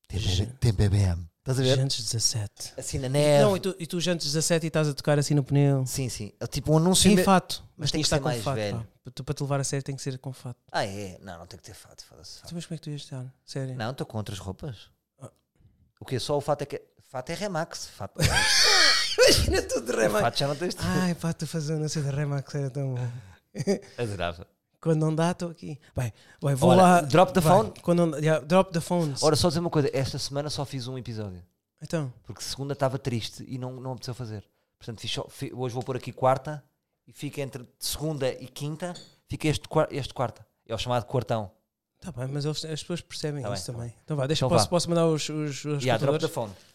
Speaker 1: Tempo, é,
Speaker 2: Gente.
Speaker 1: tempo é BM. Estás a ver?
Speaker 2: Jantes 17.
Speaker 1: Assim na neve.
Speaker 2: Não, e tu, e tu jantes 17 e estás a tocar assim no pneu.
Speaker 1: Sim, sim. É tipo um anúncio.
Speaker 2: Sem
Speaker 1: me-
Speaker 2: fato. Mas,
Speaker 1: tem
Speaker 2: tem
Speaker 1: que
Speaker 2: que
Speaker 1: ser
Speaker 2: estar com
Speaker 1: mais
Speaker 2: fato.
Speaker 1: velho.
Speaker 2: pá. Tu, para te levar a sério, tem que ser com fato.
Speaker 1: Ah, é? Não, não tem que ter fato. Foda-se. fato.
Speaker 2: Tu, mas como é que tu ias estar? Sério?
Speaker 1: Não, estou com outras roupas.
Speaker 2: Ah.
Speaker 1: O quê? Só o fato é que. Fato é Remax.
Speaker 2: (laughs)
Speaker 1: Fato,
Speaker 2: Imagina tu de Remax.
Speaker 1: fato já não tens.
Speaker 2: Ai, pá, tu fazer um anúncio de Remax era tão bom.
Speaker 1: Adorava.
Speaker 2: Quando não dá, estou aqui. Bem, bem, vou
Speaker 1: Ora,
Speaker 2: lá.
Speaker 1: drop the
Speaker 2: Vai,
Speaker 1: phone?
Speaker 2: Quando não- yeah, drop the phones.
Speaker 1: Ora, só dizer uma coisa. Esta semana só fiz um episódio.
Speaker 2: Então,
Speaker 1: Porque segunda estava triste e não, não apeteceu fazer. Portanto, fiz só- fi- hoje vou pôr aqui quarta e fica entre segunda e quinta. Fica este, quar- este quarta. É o chamado quartão.
Speaker 2: tá bem, mas eles- as pessoas percebem
Speaker 1: Tá
Speaker 2: isso
Speaker 1: bem, tá
Speaker 2: também. Então vá, deixa,
Speaker 1: Então
Speaker 2: posso,
Speaker 1: vá.
Speaker 2: posso mandar os, os, os
Speaker 1: E há drop da
Speaker 2: computadores?
Speaker 1: phone.